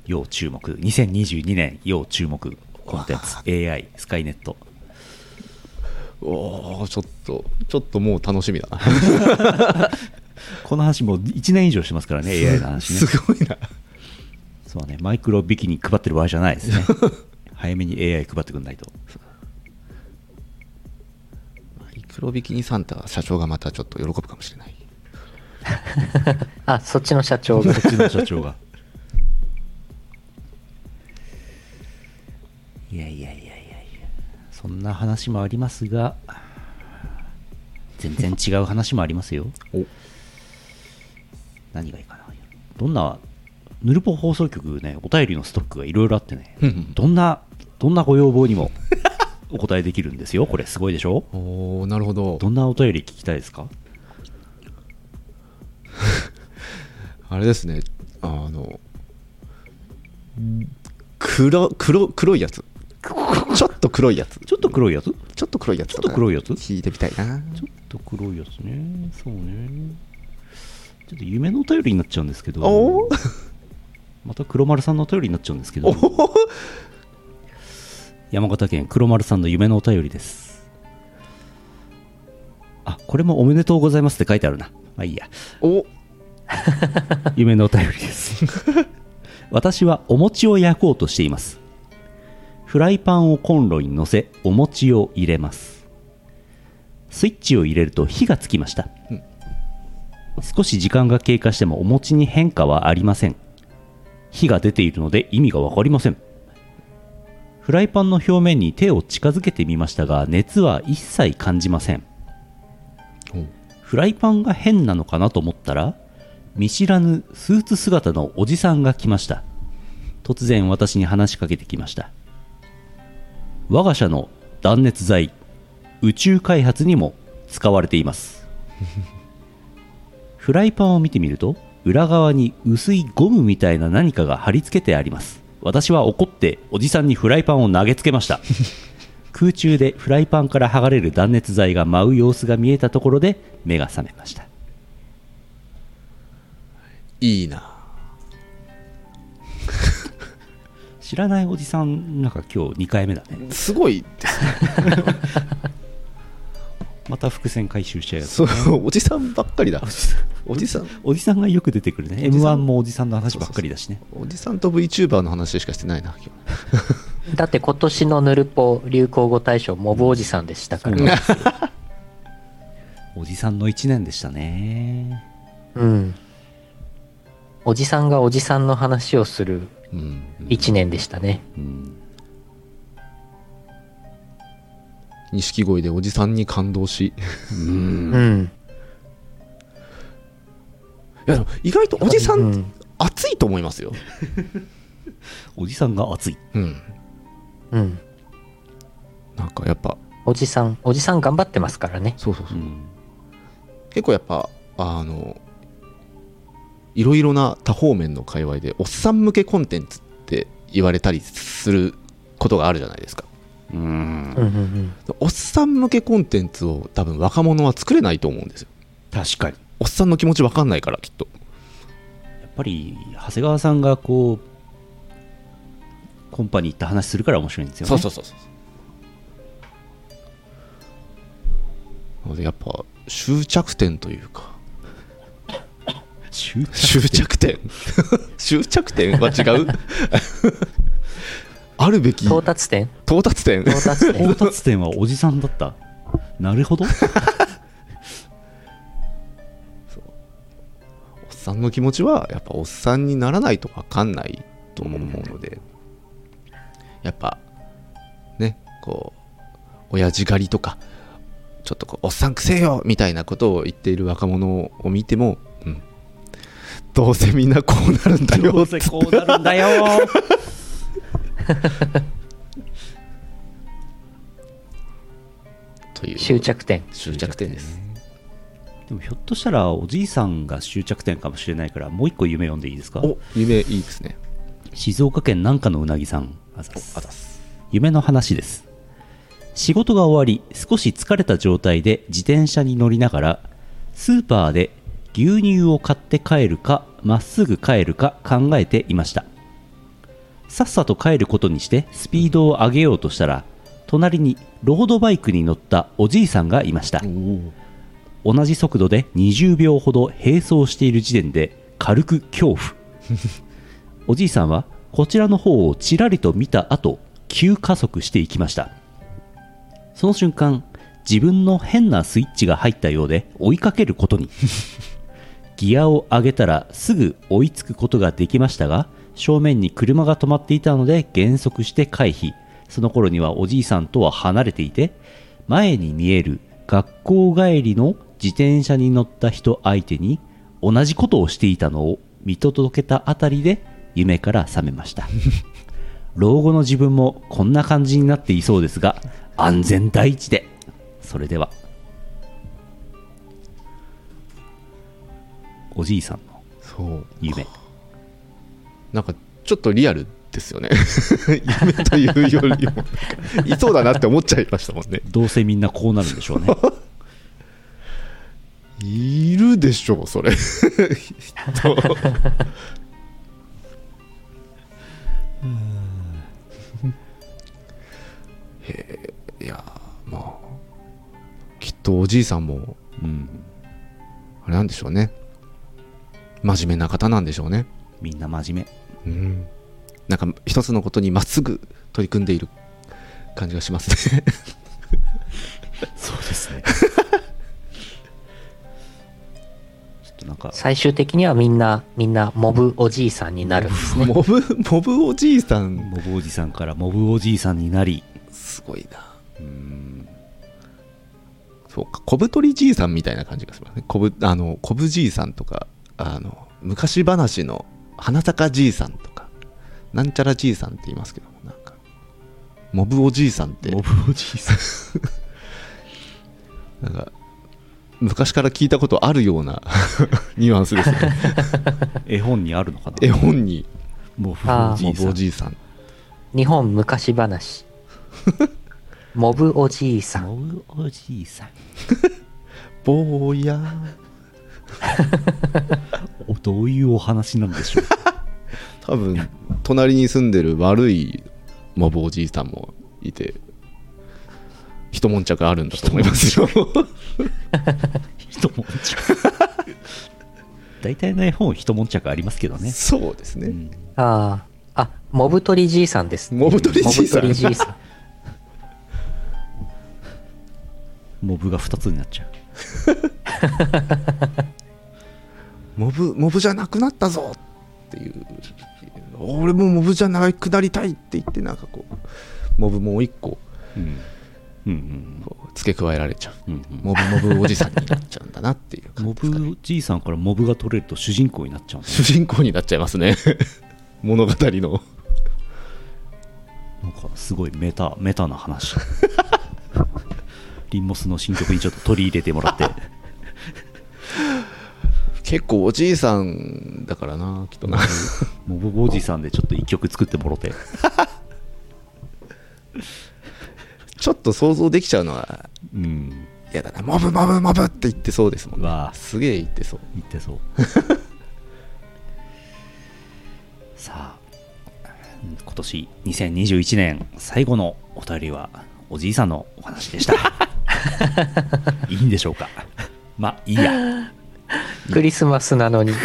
要注目2022年要注目コンテンツ AI スカイネットおおちょっとちょっともう楽しみだなこの話もう1年以上してますからね AI の話ねすごいなそうね、マイクロビキニ配ってる場合じゃないです (laughs) ね。早めに AI 配ってくんないと。黒ビキニサンタ社長がまたちょっと喜ぶかもしれないあ、そっちの社 (laughs) 長が。うちの社長が。いやいやいやいやいや、そんな話もありますが、全然違う話もありますよ。お何がいいかな。どんな、ヌルポ放送局ね、お便りのストックがいろいろあってね、どんな、どんなご要望にも (laughs) お答えできるんですよ。これすごいでしょおーなるほどどんなお便り聞きたいですかあれですねあの黒黒黒いやつちょっと黒いやつちょっと黒いやつちょちょっと黒いやつちょっと黒いやつ聞いてみたいなっと黒いやつね。そうね。ちょっと夢のお便りになっちゃうんですけど、おおまた黒丸さんのお便りになっちゃうんですけど、山形県黒丸さんの夢のお便りです。あ、これもおめでとうございますって書いてあるな。まあいいや。お (laughs) 夢のお便りです (laughs) 私はお餅を焼こうとしていますフライパンをコンロに乗せお餅を入れますスイッチを入れると火がつきました、少し時間が経過してもお餅に変化はありません火が出ているので意味が分かりませんフライパンの表面に手を近づけてみましたが熱は一切感じませんフライパンが変なのかなと思ったら見知らぬスーツ姿のおじさんが来ました突然私に話しかけてきました我が社の断熱材宇宙開発にも使われていますフライパンを見てみると裏側に薄いゴムみたいな何かが貼り付けてあります私は怒っておじさんにフライパンを投げつけました空中でフライパンから剥がれる断熱材が舞う様子が見えたところで目が覚めましたいいな知らないおじさんなんか今日2回目だねすごいですまた伏線回収しちゃうやつそうおじさんばっかりだおじさんおじさんがよく出てくるねお m じさ1んもおじさんの話ばっかりだしねおじさんと VTuber の話しかしてないな今日だって今年のヌルポ流行語大賞、モブおじさんでしたから。 (laughs) おじさんの1年でしたねうん。おじさんがおじさんの話をするうん一年でしたね。錦鯉でおじさんに感動し (laughs) うん。いやでも意外とおじさうんん熱いと思いますよ、おじさんが熱いうん、うん。なんかやっぱおじさん、おじさん頑張ってますからね。そうそうそう、ん結構やっぱあのいろいろな多方面の界隈でおっさん向けコンテンツって言われたりすることがあるじゃないですかうんうんうんうん。おっさん向けコンテンツを多分若者は作れないと思うんですよ確かにおっさんの気持ち分かんないからきっとやっぱり長谷川さんがこうコンパに行った話するから面白いんですよねそうそうそうそうなのでやっぱ終着点というか終着終着点 (laughs) 終着点は違う (laughs) あるべき到達点到達点到達 (laughs) 点到達点はおじさんだったなるほどさんの気持ちはやっぱおっさんにならないと分かんないと思うのでやっぱねこう親父狩りとかちょっとこうおっさんくせえよみたいなことを言っている若者を見ても、うん、どうせみんなこうなるんだよどうせこうなるんだよーという終着点。終着点ですでもひょっとしたらおじいさんが終着点かもしれないからもう一個夢読んでいいですかお夢いいですね静岡県南下のうなぎさんあざっすあざっす夢の話です仕事が終わり少し疲れた状態で自転車に乗りながらスーパーで牛乳を買って帰るかまっすぐ帰るか考えていましたさっさと帰ることにしてスピードを上げようとしたら隣にロードバイクに乗ったおじいさんがいました同じ速度で20秒ほど並走している時点で軽く恐怖おじいさんはこちらの方をちらりと見た後急加速していきましたその瞬間自分の変なスイッチが入ったようで追いかけることにギアを上げたらすぐ追いつくことができましたが正面に車が止まっていたので減速して回避その頃にはおじいさんとは離れていて前に見える学校帰りの自転車に乗った人相手に同じことをしていたのを見届けたあたりで夢から覚めました (laughs) 老後の自分もこんな感じになっていそうですが安全第一でそれではおじいさんのそう夢なんかちょっとリアルですよね (laughs) 夢というよりもなんかいそうだなって思っちゃいましたもんねどうせみんなこうなるんでしょうねいるでしょうそれ人へえいやまあきっとおじいさんもうんあれなんでしょうね真面目な方なんでしょうねみんな真面目うんなんか一つのことにまっすぐ取り組んでいる感じがしますねそうですねちょっとなんか最終的にはみんな、みんな、モブおじいさんになるんですね。モブモブおじいさんモブおじさんからモブおじいさんになりすごいなそうか小太りじいさんみたいな感じがしますね小ぶあの小ぶじいさんとかあの昔話の花坂じいさんとかなんちゃらじいさんって言いますけどもなんかモブおじいさんってモブおじいさんなんか昔から聞いたことあるような (laughs) ニュアンスですね絵本にあるのかな絵本 (laughs) にモブおあーじモいさブおんじいさん日本昔話。モブおじいさん。モブおじいさん坊やおどういうお話なんでしょう多分隣に住んでる悪いモブおじいさんもいて一悶着あるんだと思いますよ一悶着 (laughs) 大体の絵本一悶着ありますけどね、 (laughs) そうですね、うんああ。あ、モブ鳥じいさんです。モブ鳥モじいブさん鳥じいさん。モブが2つになっちゃうモブモブじゃなくなったぞっていう俺もモブじゃなくなりたいって言ってなんかこうモブもう一個うんうんこう付け加えられちゃううんうんモブモブおじさんになっちゃうんだなっていううん (laughs) 感モじですかねブおじいさんからモブが取れると主人公になっちゃうんだ主人公になっちゃいますね (laughs) 物語のなんかすごいメタメタな (laughs) 話リンモスの新曲にちょっと取り入れてもらって結構おじいさんだからなきっとなモブおじさんでちょっと1曲作ってもろてちょっと想像できちゃうのはうん嫌だなモブモブモブって言ってそうですもんねわあすげえ言ってそう言ってそう (laughs) さあうん今年2021年最後のお便りはおじいさんのお話 (laughs) でしたいいんでしょうかまあいい (laughs) やクリスマスなのに。ク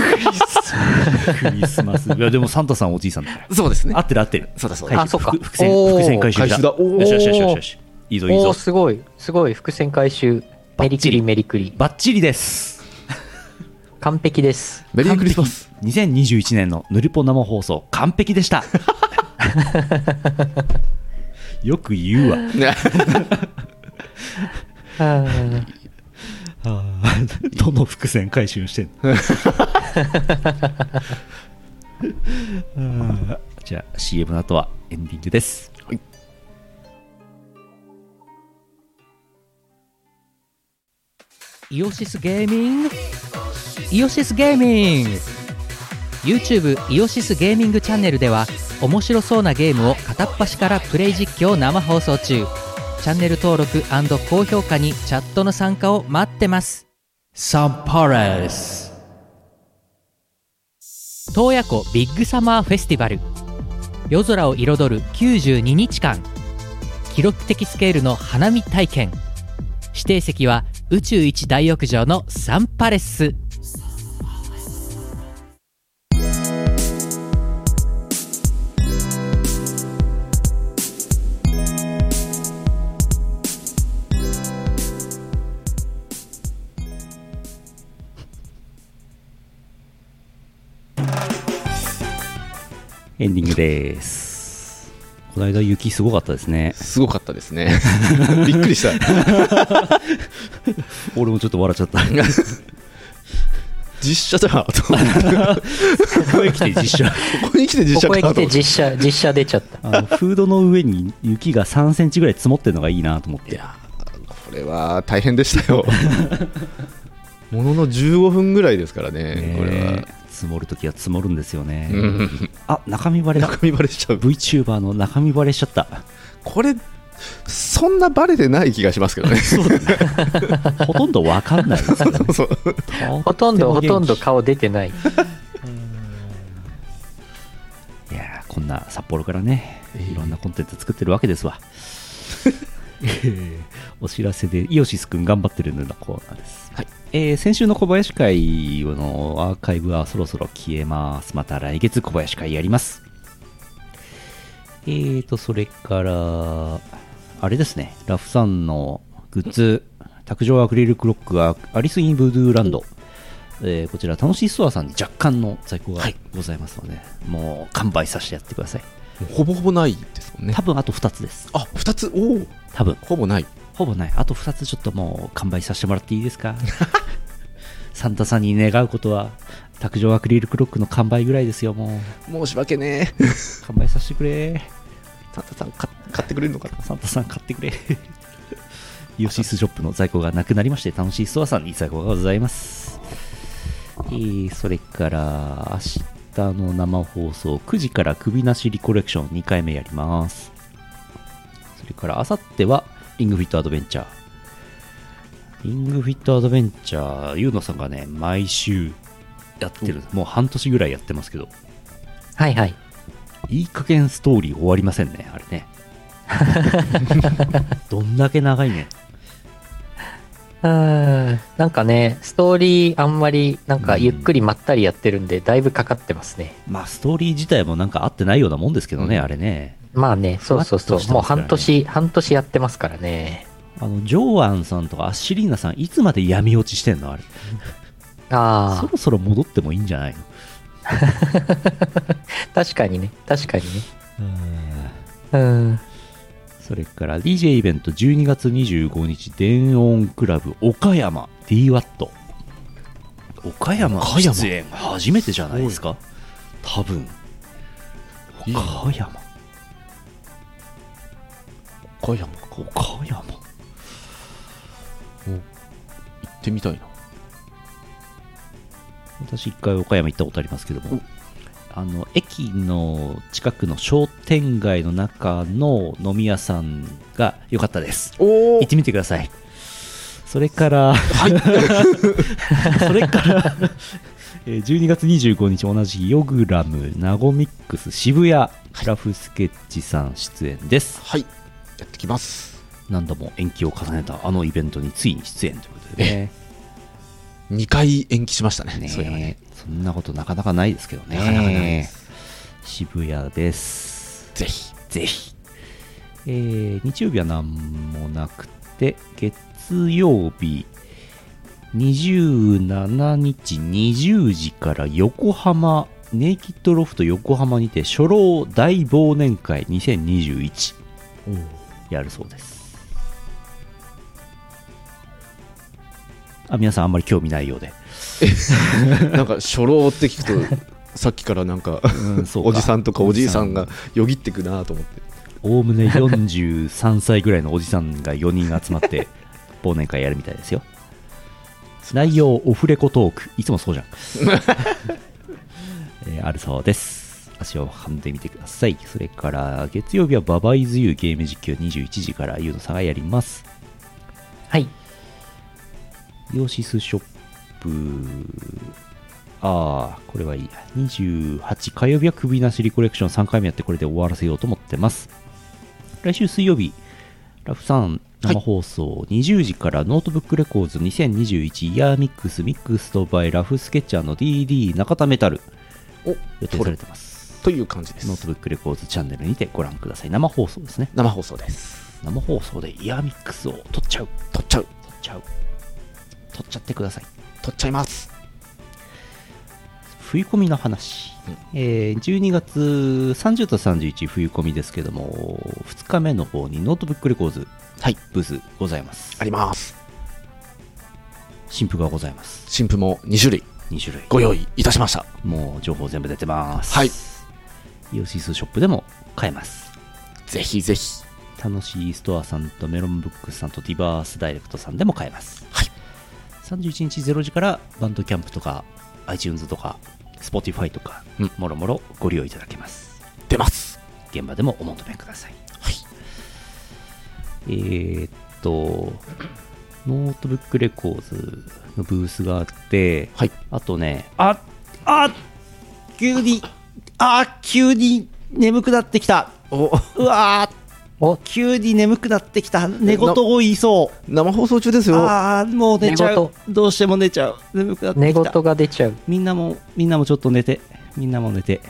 リスマスいやでもサンタさんおじいさんだからそうですね合ってる合ってるそうだそう回だあそうか伏伏線おー伏線回収回収だおーよしよしよしよしよしいいぞいいおぞおすごいすごい伏線回収バメッリチクリリメリクリバッチリです完璧です。メリークリスマス完璧2021年のヌリポ生放送完璧でした (laughs) よく言うわあーどの伏線回収してん (laughs) のあーじゃあ CM の後はエンディングですイオシスゲーミングイオシスゲーミング YouTube イオシスゲーミングチャンネルでは面白そうなゲームを片っ端からプレイ実況生放送中チャンネル登録高評価にチャットの参加を待ってますサンパレス洞爺湖ビッグサマーフェスティバル夜空を彩る92日間記録的スケールの花見体験指定席は宇宙一大浴場のサンパレスエンディングですこの間雪すごかったですね (laughs) すごかったですねびっくりした俺もちょっと笑っちゃった実写だと思ってこへ来て実 (laughs) 写ここに来て実写ここかとへ思来ってて実写、実写出ちゃった。あのフードの上に雪が3センチぐらい積もってるのがいいなと思っいてやーこれは大変でしたよものの15分ぐらいですからねねこれは積もるときは積もるんですよね、うんあ中身バ (laughs) レだ中身バレしちゃう VTuber の中身バレしちゃったこれそんなバレてない気がしますけどねそうだねほとんどわかん (laughs) ないですけどねそうほとんど、ほっても元とん気ど顔出てない。いやーこんな札幌からねいろんなコンテンツ作ってるわけですわお知らせでイオシスくん頑張ってるののコーナーです、はいえー先週の小林会のアーカイブはそろそろ消えますまた来月小林会やりますえーとそれからあれですねラフさんのグッズ卓上アクリルクロックはアリス・イン・ブードゥーランド、えーこちら楽しいストアさんに若干の在庫がございますので、もう完売させてやってくださいほぼほぼないですもんね多分あと2つですあ二2つおお多分ほぼないほぼないあと2つちょっともう完売させてもらっていいですか (laughs) サンタさんに願うことは卓上アクリルクロックの完売ぐらいですよもう申し訳ねえ完売させてくれサンタさんか買ってくれるのかなサンタさん買ってくれイオシスショップの在庫がなくなりまして楽しいストアさんに在庫がございます、えーそれから明日の生放送9時から首なしリコレクション2回目やりますそれから明後日はリングフィットアドベンチャーリングフィットアドベンチャーゆうのさんがね毎週やってるもう半年ぐらいやってますけどはいはい。いい加減ストーリー終わりませんね、あれね。どんだけ長い (laughs) ね。うーんなんかね、ストーリーあんまり、なんかゆっくりまったりやってるんで、だいぶかかってますね。まあ、ストーリー自体もなんか合ってないようなもんですけどね、うんあれね。まあね、そうそうふそわっとしう。てもうますからね半年、半年やってますからね。あの、ジョーアンさんとかアッシリーナさん、いつまで闇落ちしてんのあれ。そあろそろ戻ってもいいんじゃないのあ、確かにね、確かにね。うん。それから DJ イベント12月25日、電音クラブ岡山 DWAT。岡山岡山出演初めてじゃないですか多分。いいな岡山。岡山か岡山。お行ってみたいな私一回岡山行ったことありますけどもあの駅の近くの商店街の中の飲み屋さんが良かったですお行ってみてくださいそれから、 (laughs) それからえー12月25日同じヨグラムナゴミックス渋谷ラフスケッチさん出演ですはいやってきます何度も延期を重ねたあのイベントについに出演ということでね2回延期しましたねねそれはねそんなことなかなかないですけどねなかなかないです渋谷ですぜひぜひ、えー日曜日は何もなくて月曜日27日20時から横浜ネイキッドロフト横浜にて初老大忘年会2021やるそうですあ皆さんあんまり興味ないようで、なんか初老って聞くと (laughs) さっきからなんかうんそうおじさんとかおじいさんおがよぎってくなと思っておおむね43歳ぐらいのおじさんが4人集まって忘年会やるみたいですよ内容オフレコトークいつもそうじゃん、 (laughs) えーあるそうです足を運んでみてくださいそれから月曜日はババイズユーゲーム実況21時からユーノさんがやりますはい。イオシスショップああこれはいいや28火曜日は首なしリコレクション3回目やってこれで終わらせようと思ってます来週水曜日ラフさん生放送20時からノートブックレコーズ2021イヤーミックスミックスとバイラフスケッチャーの DD 中田メタルお予定されてますという感じでノートすブックレコーズチャンネルにてご覧ください生放送ですね生放送です生放送でイヤーミックスを撮っちゃう撮っちゃう撮っちゃう撮っちゃってください撮っちゃいます冬込みの話、えー12月30と31冬込みですけども2日目の方にノートブックレコーズはいブースございますあります新譜がございます新婦も2種類2種類ご用意いたしましたもう情報全部出てますはいイオシスショップでも買えますぜひぜひ楽しいストアさんとメロンブックスさんとディバースダイレクトさんでも買えます、はい、 31日0時からバンドキャンプとか iTunes とか Spotify とか、うんもろもろご利用いただけます出ます現場でもお求めください。はいえーっと、ノートブックレコーズのブースがあって、はいあとね、ああ急に、あ急に眠くなってきた。おうわーお、急に眠くなってきた。寝言を言いそ生放送中ですう。よああ、もう寝ちゃう。どうしても寝ちゃう。眠くなって寝き言た。が出ちゃう。みんなも、みんなもちょっと寝て。みんなも寝て。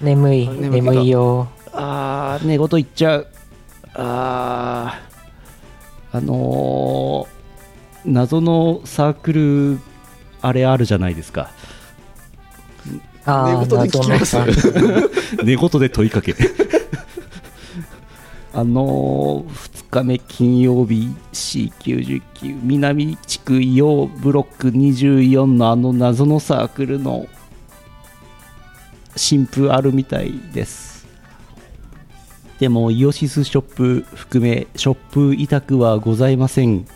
眠い、眠い眠いよ。あー寝言言っちゃうあーあのー謎のサークルあれあるじゃないですかああ、寝言で聞きます謎の (laughs) さ寝言で問いかけ (laughs) あのー、2日目金曜日 C99 南地区洋ブロック24のあの謎のサークルの新譜あるみたいですでもイオシスショップ含めショップ委託はございません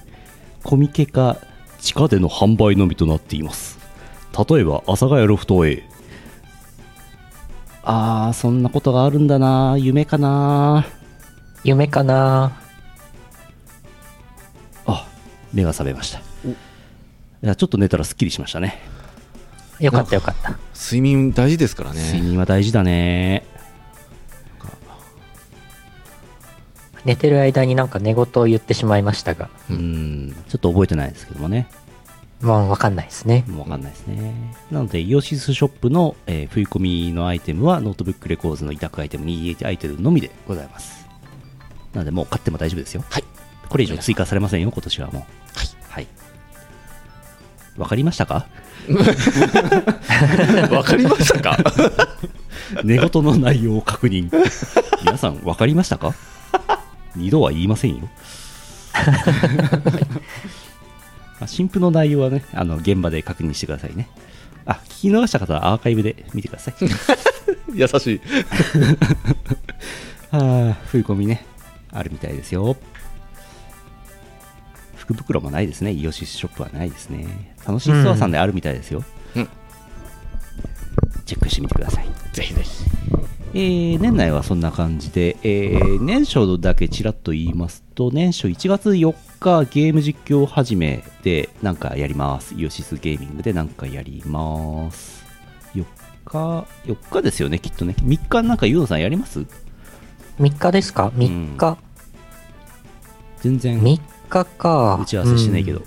コミケか地下での販売のみとなっています例えば阿佐ヶ谷ロフト A ああそんなことがあるんだな夢かな夢かなあ目が覚めましたいやちょっと寝たらすっきりしましたねよかったよかった。睡眠大事ですから睡ね眠は大事だね寝てる間になんか寝言を言ってしまいましたが、うーんちょっと覚えてないですけどもねもうわかんないですね。もう分かんないですねなのでイオシスショップの、えー冬込みのアイテムはノートブックレコーズの委託アイテム28アイテムのみでございますなのでもう買っても大丈夫ですよはいこれ以上追加されませんよ今年はもうはいはいわかりましたか (laughs) わかりましたか (laughs) 寝言の内容を確認皆さん分かりましたか二度は言いませんよまあ新婦の内容はねあの現場で確認してくださいねあ聞き逃した方はアーカイブで見てください優しいああ冬込みねあるみたいですよ福袋もないですねイオシスショップはないですね楽しいストアさんであるみたいですよ、うんチェックしてみてくださいぜひぜひえー年内はそんな感じで、えー年初だけちらっと言いますと年初1月4日ゲーム実況始めでなんかやりますイオシスゲーミングでなんかやります4日4日ですよねきっとね3日なんかユーノさんやります3日ですか ?3 日。全然3日か。打ち合わせしてないけど、うん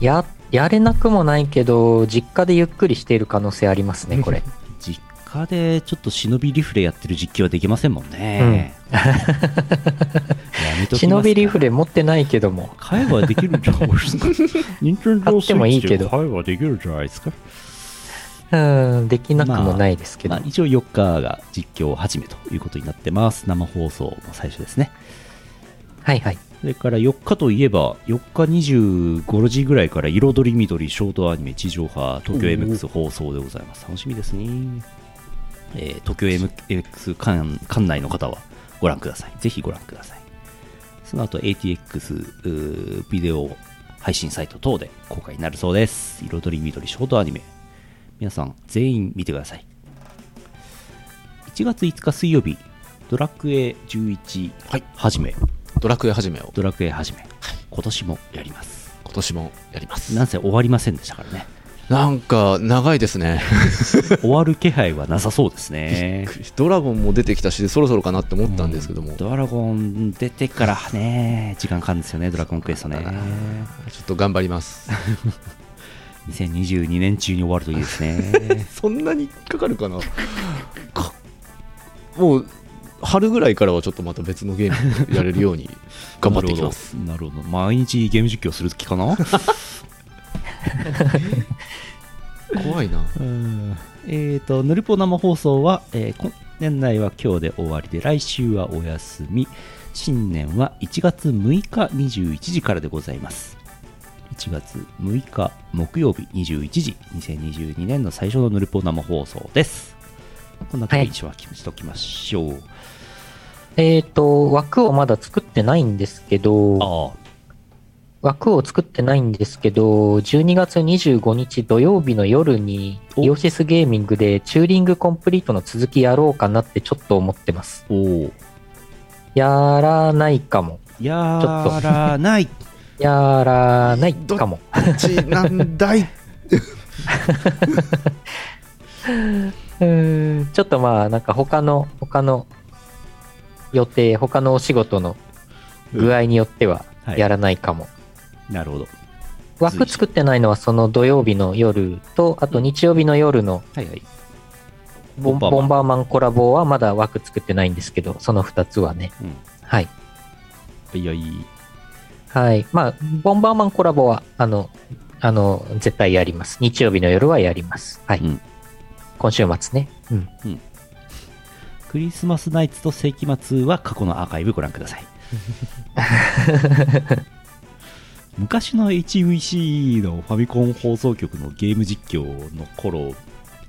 や、やれなくもないけど、実家でゆっくりしている可能性ありますね、これ。実家でちょっと忍びリフレやってる実況はできませんもんね、やめときますか忍びリフレ持ってないけども。買えばできるんじゃないです (laughs) か。任天堂あってもいいけど Switch 買えばできるじゃないですか。うーん、できなくもないですけど。まあ、一応4日が実況始めということになってます。生放送も最初ですね。はいはい。それから4日といえば、4日25時ぐらいから彩り緑ショートアニメ地上波東京 MX 放送でございます。楽しみですね。えー東京 MX 館館内の方はご覧ください。ぜひご覧ください。その後 ATX うービデオ配信サイト等で公開になるそうです。彩り緑ショートアニメ。皆さん全員見てください。1月5日水曜日、ドラクエ11始め。ドラクエ始めをドラクエ始め、今年もやります。今年もやりますなんせ終わりませんでしたからね。なんか長いですね終わる気配はなさそうですね。 (laughs) ドラゴンも出てきたしそろそろかなって思ったんですけども、ちょ (laughs) ドラゴン出てからね、時間かかるんですよね、ドラゴンクエストね。っと頑張ります。2022年中に終わるといいですね (laughs) (laughs) そんなにかかるかなかもう春ぐらいからはちょっとまた別のゲームやれる (laughs) ように頑張っていきますなるほど。なるほど毎日ゲーム実況する気かな怖いなうんえっと、ぬるぽ生放送は、えー今年内は今日で終わりで、来週はお休み。新年は1月6日21時からでございます。1月6日木曜日21時、2022年の最初のぬるぽ生放送です。こんなとこにしはしときましょう。えっ、と、枠をまだ作ってないんですけど、ああ、枠を作ってないんですけど、12月25日土曜日の夜に、おイオシスゲーミングでチューリングコンプリートの続きやろうかなってちょっと思ってます。おお。やらないかも。やらない。やらないかも。ちなんだ (laughs) いうーんちょっとまあ、なんか他の、他の予定、他のお仕事の具合によってはうんはいやらないかも。なるほど。枠作ってないのはその土曜日の夜と、あと日曜日の夜のはいはい。ボンボンバーマンボンバーマンコラボはまだ枠作ってないんですけど、その2つはね。うんはい。いやいい。はい。まあ、ボンバーマンコラボは、あの、あの、絶対やります。日曜日の夜はやります。はい。うん今週末ね。うん。クリスマスナイツと世紀末は過去のアーカイブご覧ください昔の HVC のファミコン放送局のゲーム実況の頃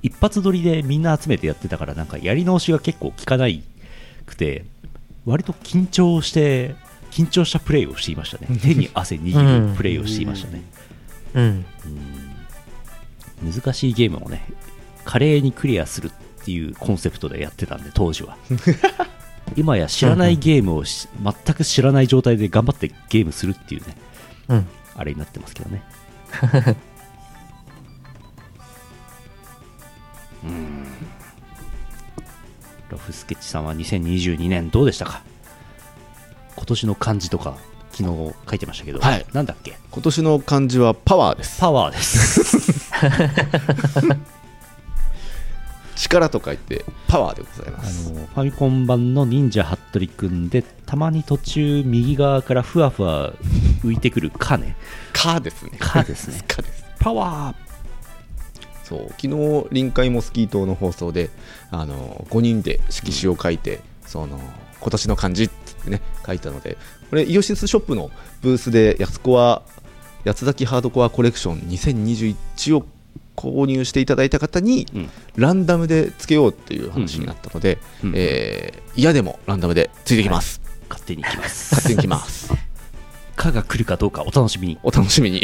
一発撮りでみんな集めてやってたからなんかやり直しが結構効かないくて割と緊張して緊張したプレイをしていましたね手に汗握るプレイをしていましたね、うん。難しいゲームをね華麗にクリアするっていうコンセプトでやってたんで当時は今や知らないゲームをし全く知らない状態で頑張ってゲームするっていうねうん。あれになってますけどねうーんラフスケッチさんは2022年どうでしたか今年の漢字とか昨日書いてましたけど、はいなんだっけ今年の漢字はパワーですパワーです力と書いてパワーでございまあすのファミコン版の忍者ハットリくんでたまに途中右側からふわふわ浮いてくるカね「か」ですねカです (laughs) ねかですパワそう昨日臨海モスキー島の放送であの5人で色紙を書いて、その今年の漢字ってね書いたのでこれイオシスショップのブースでやつこは八つ崎ハードコアコレクション2021を購入していただいた方に、うんランダムでつけようっていう話になったので、うんうんえー嫌でもランダムでついてきます、ー勝手に行きます勝手にきます (laughs) カが来るかどうかお楽しみにお楽しみに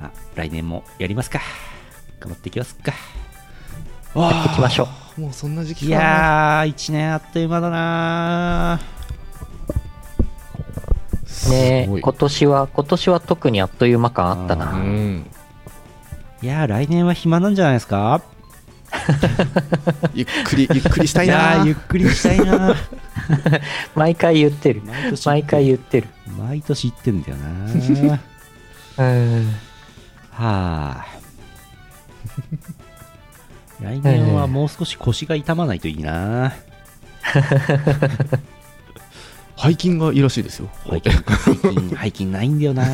あ来年もやりますか頑張っていきますかや行きましょう。う (laughs) もうそんな時期いかなやー1年あっという間だなねすごい今年は、今年は特にあっという間感あったあうな。んーいやー来年は暇なんじゃないですかゆっくりゆっくりしたいなやーゆっくりしたいな毎回言ってる。毎年毎回言ってる。毎年言ってんだよなうん。 (laughs) はあ来年はもう少し腰が痛まないといいな背筋がいいらしいですよ背筋背筋 (laughs) 背筋ないんだよな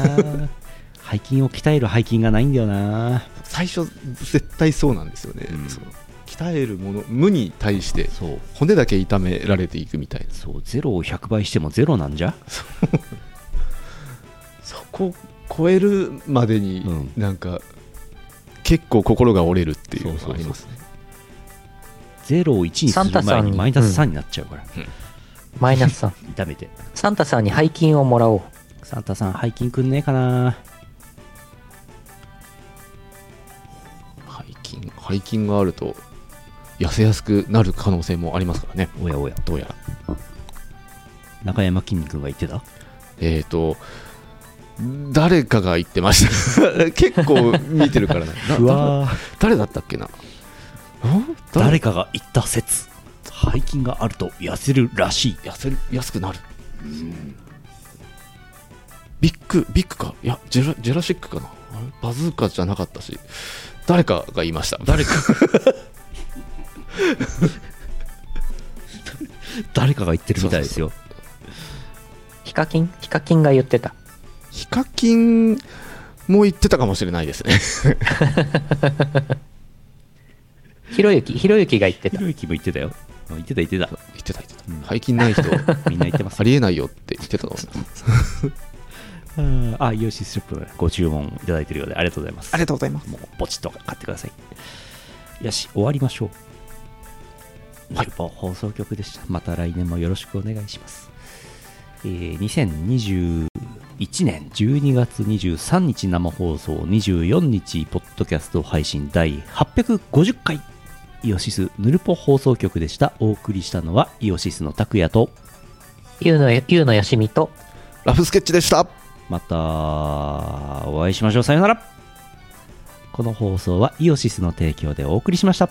背筋を鍛える背筋がないんだよな最初絶対そうなんですよね、うんその鍛えるもの無に対してそう骨だけ痛められていくみたいなそうゼロを100倍してもゼロなんじゃそこを超えるまでに、うんなんか結構心が折れるっていうのがありますねゼロを1にする前にマイナスサ3になっちゃうから、マイナス (laughs) さん。痛めてサンタさんに背筋をもらおう。サンタさん背筋くんねえかな背筋背筋があると痩せやすくなる可能性もありますからねおやおやどうやら中山きんに君が言ってたえっ、と誰かが言ってました (laughs) 結構見てる (laughs) からねなうわー誰だったっけな誰かが言った説背筋があると痩せるらしい痩せる安くなる、ビッグビッグかいやジェラジェラシックかなあれバズーカじゃなかったし誰かが言いました誰か誰かが言ってるみたいですよヒカキンヒカキンが言ってた。ヒカキンも言ってたかもしれないです (laughs) ねひろゆき、ひろゆきが言ってひた。ろゆきも言ってたよ言ってた言ってた言ってた言ってた、うん背筋ない (laughs) 人みんな言ってますありえないよって言ってたのうんあ、イオシスショップのご注文いただいてるようでありがとうございます。ありがとうございますもうポチッと買ってください。よし、終わりましょう。はいルポ放送局でした。また来年もよろしくお願いします。えー2021年12月23日生放送24日ポッドキャスト配信第850回イオシスヌルポ放送局でした。お送りしたのはイオシスの拓也とゆうの、ゆうのよしみと、ラフスケッチでしたまたお会いしましょうさよならこの放送はイオシスの提供でお送りしました